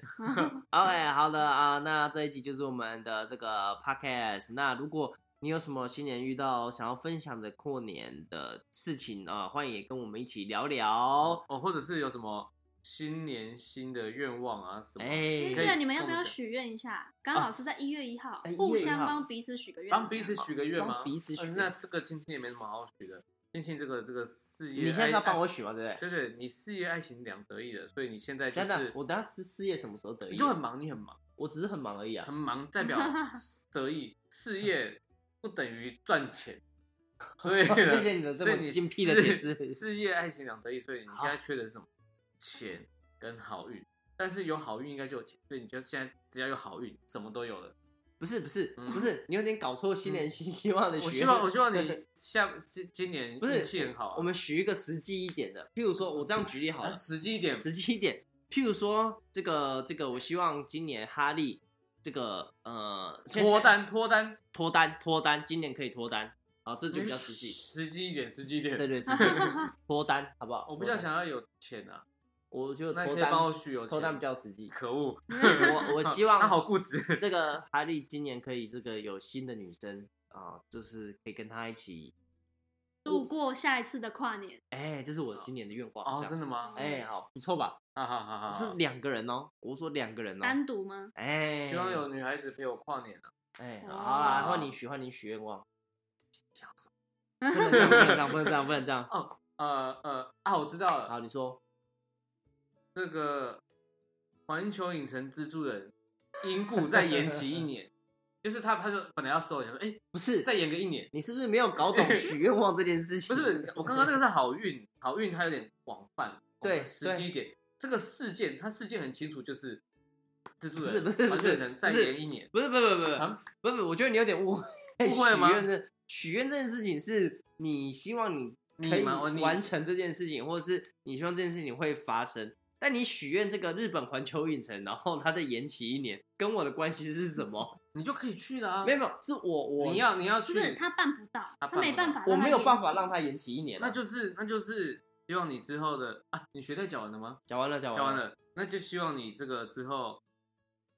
Speaker 3: OK，好 的啊，那这一集就是我们的这个 podcast。那如果你有什么新年遇到想要分享的过年的事情啊，欢迎也跟我们一起聊聊。
Speaker 2: 哦，或者是有什么新年新的愿望啊什么？
Speaker 3: 哎，
Speaker 2: 可以
Speaker 4: 那你们要不
Speaker 2: 跟我
Speaker 4: 要
Speaker 2: 们讲
Speaker 4: 许愿一下？刚好是在一月一号
Speaker 3: 哎，
Speaker 4: 互
Speaker 3: 1月1
Speaker 4: 相
Speaker 3: 号
Speaker 4: 帮彼此许个愿，
Speaker 2: 帮彼此许个愿吗
Speaker 3: 帮？彼此许
Speaker 2: 呃那这个亲亲也没什么好许的，亲亲这个这个事业，
Speaker 3: 你现在是要帮我
Speaker 2: 许？
Speaker 3: 许吗？对不对？
Speaker 2: 对对，你事业爱情两得意的，所以你现在就
Speaker 3: 等等
Speaker 2: 是，
Speaker 3: 我等下失事业什么时候得意？啊
Speaker 2: 你就很，忙，你很忙，
Speaker 3: 我只是很忙而已啊
Speaker 2: 很。忙代 表得意，事业不等于赚 钱，所以呢
Speaker 3: 谢谢你的这
Speaker 2: 所以
Speaker 3: 么
Speaker 2: 你
Speaker 3: 精辟的解
Speaker 2: 事
Speaker 3: 释。
Speaker 2: 事业爱情两得意，所以你
Speaker 3: 好
Speaker 2: 现在缺的是什么？钱跟好运，但是有好运应该就有钱，所以你就现在只要有好运，什么都有了。
Speaker 3: 不是不是、
Speaker 2: 嗯
Speaker 3: 不是，你有点搞错新年新希望的许、
Speaker 2: 我希 望我希望你下今今年
Speaker 3: 不是
Speaker 2: 运气很好啊，
Speaker 3: 我们许一个实际一点的，譬如说我这样举例好
Speaker 2: 啊
Speaker 3: 了，
Speaker 2: 实际一点，
Speaker 3: 实际一点，譬如说这个这个，我希望今年哈利这个呃现在
Speaker 2: 脱单脱单，
Speaker 3: 脱单脱单，今年可以脱单，好，这就比较实 际。
Speaker 2: 嗯实际一点，实际一点。
Speaker 3: 对对，实际脱单好不好？
Speaker 2: 我比较
Speaker 3: 脱单，
Speaker 2: 想要有钱啊，
Speaker 3: 我就
Speaker 2: 那你
Speaker 3: 脱
Speaker 2: 可以帮我
Speaker 3: 单
Speaker 2: 许有钱。
Speaker 3: 脱单比较实际。
Speaker 2: 可恶，
Speaker 3: 我我希望
Speaker 2: 他好固执。
Speaker 3: 这个哈利今年可以这个有新的女生啊、就是可以跟他一起，
Speaker 4: 度过下一次的跨年。
Speaker 3: 哎、这是我今年的愿望。
Speaker 2: 哦，
Speaker 3: 这样
Speaker 2: 真的吗？
Speaker 3: 哎、好，不错吧？
Speaker 2: 好好好好，
Speaker 3: 是两个人哦，我说两个人哦。
Speaker 4: 单独吗？
Speaker 3: 哎、
Speaker 2: 希望有女孩子陪我跨年啊。
Speaker 3: 哎、
Speaker 4: 哦
Speaker 3: 好啦，换你许，换你许愿望。
Speaker 2: 想什么
Speaker 3: 不能这样，不能这样，不能这样，不能这样。
Speaker 2: 哦，呃呃啊，我知道了，
Speaker 3: 好，你说。
Speaker 2: 这个环球影城蜘蛛人因故再延期一年，就是他他说本来要收，想说哎、
Speaker 3: 不是
Speaker 2: 再延个一年，
Speaker 3: 你是不是没有搞 懂许愿望这件事情？
Speaker 2: 不是不是，我刚刚那个是好运，好运它有点广泛，
Speaker 3: 对
Speaker 2: 广时机点，这个事件它事件很清楚，就是蜘蛛
Speaker 3: 不是
Speaker 2: 人
Speaker 3: 不是不
Speaker 2: 环
Speaker 3: 是
Speaker 2: 球影城再
Speaker 3: 不是
Speaker 2: 延一年，
Speaker 3: 不是不是不是
Speaker 2: 啊
Speaker 3: 不是不是，我觉得你有点误会。
Speaker 2: 误会吗
Speaker 3: 许愿这许愿这件事情是你希望你可
Speaker 2: 你
Speaker 3: 以
Speaker 2: 吗我你
Speaker 3: 完成这件事情，或者是你希望这件事情会发生。但你许愿这个日本环球影城，然后它再延期一年，跟我的关系是 什么？
Speaker 2: 你就可以去了啊
Speaker 3: 没。有没有，是我我
Speaker 2: 你要你要
Speaker 4: 就
Speaker 2: 去，
Speaker 4: 是他办 不到，
Speaker 2: 他
Speaker 4: 他
Speaker 2: 办不
Speaker 4: 没办
Speaker 2: 到
Speaker 4: 法，
Speaker 3: 我没有办法让。它延期一年啊、
Speaker 2: 那就是那就是希望你之后的啊，你学贷缴完了吗？
Speaker 3: 讲完了讲
Speaker 2: 讲完
Speaker 3: 了，
Speaker 2: 了，那就希望你这个之后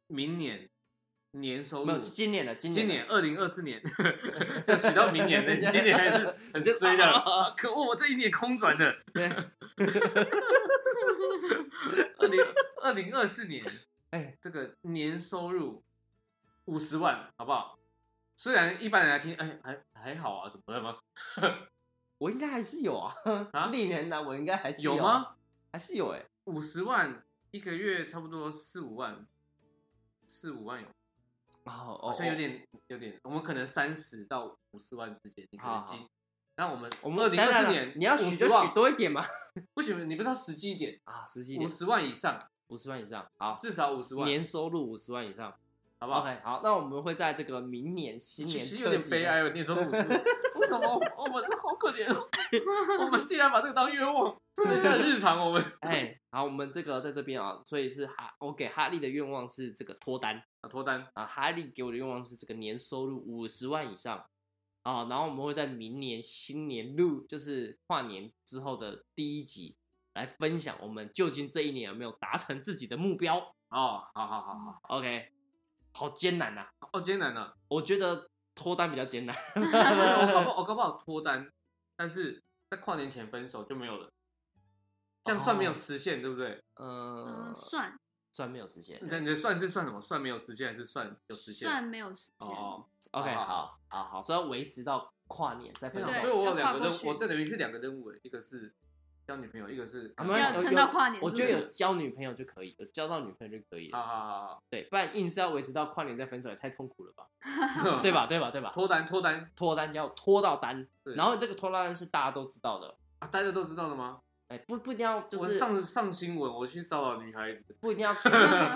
Speaker 2: 明年年收入
Speaker 3: 没有今年了，今
Speaker 2: 今
Speaker 3: 年
Speaker 2: 年啊 呃
Speaker 3: 了
Speaker 2: 二零二四年， 就许到明年了。你今年还是很衰的，啊可恶！我这一年空转的。
Speaker 3: 对，
Speaker 2: 二零二零二四年，
Speaker 3: 哎
Speaker 2: 这个年收入五十万，好不好？虽然一般人来听，哎，还还好啊，怎么了吗？
Speaker 3: 我应该还是有啊
Speaker 2: 啊，
Speaker 3: 历年来我应该还是
Speaker 2: 有
Speaker 3: 啊？
Speaker 2: 吗？
Speaker 3: 还是有哎、
Speaker 2: 五十万一个月，差不多四五万，四五万有，
Speaker 3: 哦，
Speaker 2: 好
Speaker 3: 哦
Speaker 2: 像有。点有点，我们可能三十到五十万之间，你可
Speaker 3: 好
Speaker 2: 能
Speaker 3: 好
Speaker 2: 进。那我们
Speaker 3: 我
Speaker 2: 二
Speaker 3: 们
Speaker 2: 零二
Speaker 3: 当然
Speaker 2: 四
Speaker 3: 了
Speaker 2: 年
Speaker 3: 你要许就
Speaker 2: 50
Speaker 3: 许
Speaker 2: 万，
Speaker 3: 多一 点嘛。
Speaker 2: 不行，你不知道实际一点，
Speaker 3: 啊，十几
Speaker 2: 五
Speaker 3: 点，
Speaker 2: 十万以上，
Speaker 3: 五十万以上，好，
Speaker 2: 至少五十万，
Speaker 3: 年收入五十万以上。
Speaker 2: 好不好？
Speaker 3: OK，好，那我们会在这个明年新年
Speaker 2: 其实
Speaker 3: 特
Speaker 2: 有点
Speaker 3: 辑
Speaker 2: 悲
Speaker 3: 呢
Speaker 2: 哀，我那时候不是， 为什么我们好可怜哦？我们竟然把这个当愿望，真的很日常。我们
Speaker 3: 啊哎，好，我们这个在这边啊，所以是哈，我给哈利的愿望是这个脱单
Speaker 2: 啊脱单，
Speaker 3: 啊，哈利给我的愿望是这个年收入五十万以上啊，然后我们会在明年新年录，就是跨年之后的第一集来分享我们究竟这一年有没有达成自己的目标。
Speaker 2: 哦，好好
Speaker 3: 嗯
Speaker 2: 好好，
Speaker 3: OK，好艰难呐、
Speaker 2: 哦艰难 呢，
Speaker 3: 我觉得脱单比较艰难。
Speaker 2: 我搞不好我搞不好脱单，但是在跨年前分手就没有了，这样算没有
Speaker 3: 哦
Speaker 2: 实现，对不对？
Speaker 3: 嗯、
Speaker 4: 嗯，算
Speaker 3: 算没有实现。
Speaker 2: 那你的算是算什么？算没有实现还是算有实现？
Speaker 4: 算没有实现。
Speaker 2: 哦，
Speaker 3: OK，
Speaker 2: 好啊
Speaker 3: 好好好，所以要维持到跨年再
Speaker 2: 哦所
Speaker 3: 分
Speaker 2: 以
Speaker 3: 手。
Speaker 4: 对
Speaker 2: 我有两个
Speaker 4: 要跨
Speaker 2: 任
Speaker 4: 过
Speaker 2: 务，
Speaker 4: 去
Speaker 2: 我这等于是两个任务，一个是交女朋友，一个是好
Speaker 3: 啊没关系
Speaker 4: 要
Speaker 3: 有
Speaker 4: 撑到跨年
Speaker 3: 有我
Speaker 4: 是不
Speaker 3: 觉
Speaker 4: 是
Speaker 3: 得有交女朋友就可以，有交到女朋友就可以了。
Speaker 2: 好好
Speaker 3: 对，不然硬是要维持到跨年再分手也太痛苦了吧？
Speaker 2: 好，
Speaker 3: 对？吧？对吧？对吧？
Speaker 2: 脱单脱单，
Speaker 3: 脱单要脱到单，
Speaker 2: 对
Speaker 3: 然后这个脱到单是大家都知道的，
Speaker 2: 啊，大家都知道了吗？
Speaker 3: 哎，不不一定要就
Speaker 2: 我
Speaker 3: 是
Speaker 2: 上上新闻，我去骚扰女孩子，
Speaker 3: 不 一定要，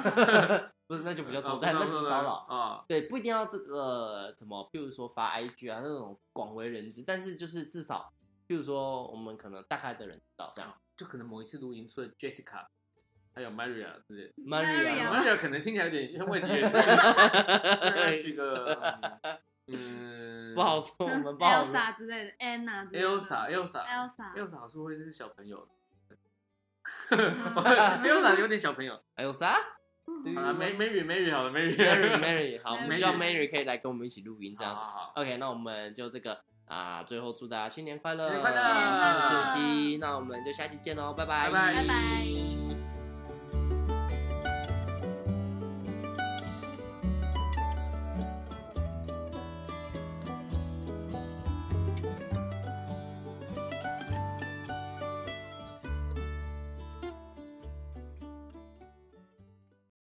Speaker 3: 不是那就不叫脱单，
Speaker 2: 啊
Speaker 3: 那
Speaker 2: 不知道
Speaker 3: 只
Speaker 2: 不知
Speaker 3: 是
Speaker 2: 道
Speaker 3: 骚扰。
Speaker 2: 啊。
Speaker 3: 对，不一定要这个什么，譬如说发 IG 啊那种广为人知，但是就是至少，譬如说我们可能大概的人知道这样。
Speaker 2: 就可能某一次录音，除了 Jessica，还有 Maria 之类的
Speaker 4: Maria
Speaker 3: 啊
Speaker 2: Maria 可能听起来有点像 味觉失，
Speaker 4: 啊
Speaker 2: 那取个嗯，
Speaker 3: 不好说，我
Speaker 4: 嗯
Speaker 3: 们不好说。
Speaker 4: Elsa 之类的，Anna 之类的
Speaker 2: Elsa Elsa
Speaker 4: Elsa，
Speaker 2: Elsa 是会是小朋友
Speaker 4: 嗯
Speaker 2: ，Elsa 有点小朋 友。
Speaker 3: 还哎有啥
Speaker 2: 好了
Speaker 3: 没
Speaker 2: ，Mary Mary Mary 好了
Speaker 3: ？Mary
Speaker 2: ，Mary
Speaker 3: Mary，好，我们
Speaker 4: Mary
Speaker 3: 希望 Mary 可以来跟我们一起录音这
Speaker 2: 好
Speaker 3: 样
Speaker 2: 好
Speaker 3: 子。
Speaker 2: 好，
Speaker 3: OK，那我们就这个啊，最后祝大家新年快乐，
Speaker 2: 新年快乐
Speaker 3: 我是舒西，那我们就下期见喽，拜
Speaker 2: 拜
Speaker 3: 拜，
Speaker 2: 拜
Speaker 4: 拜拜。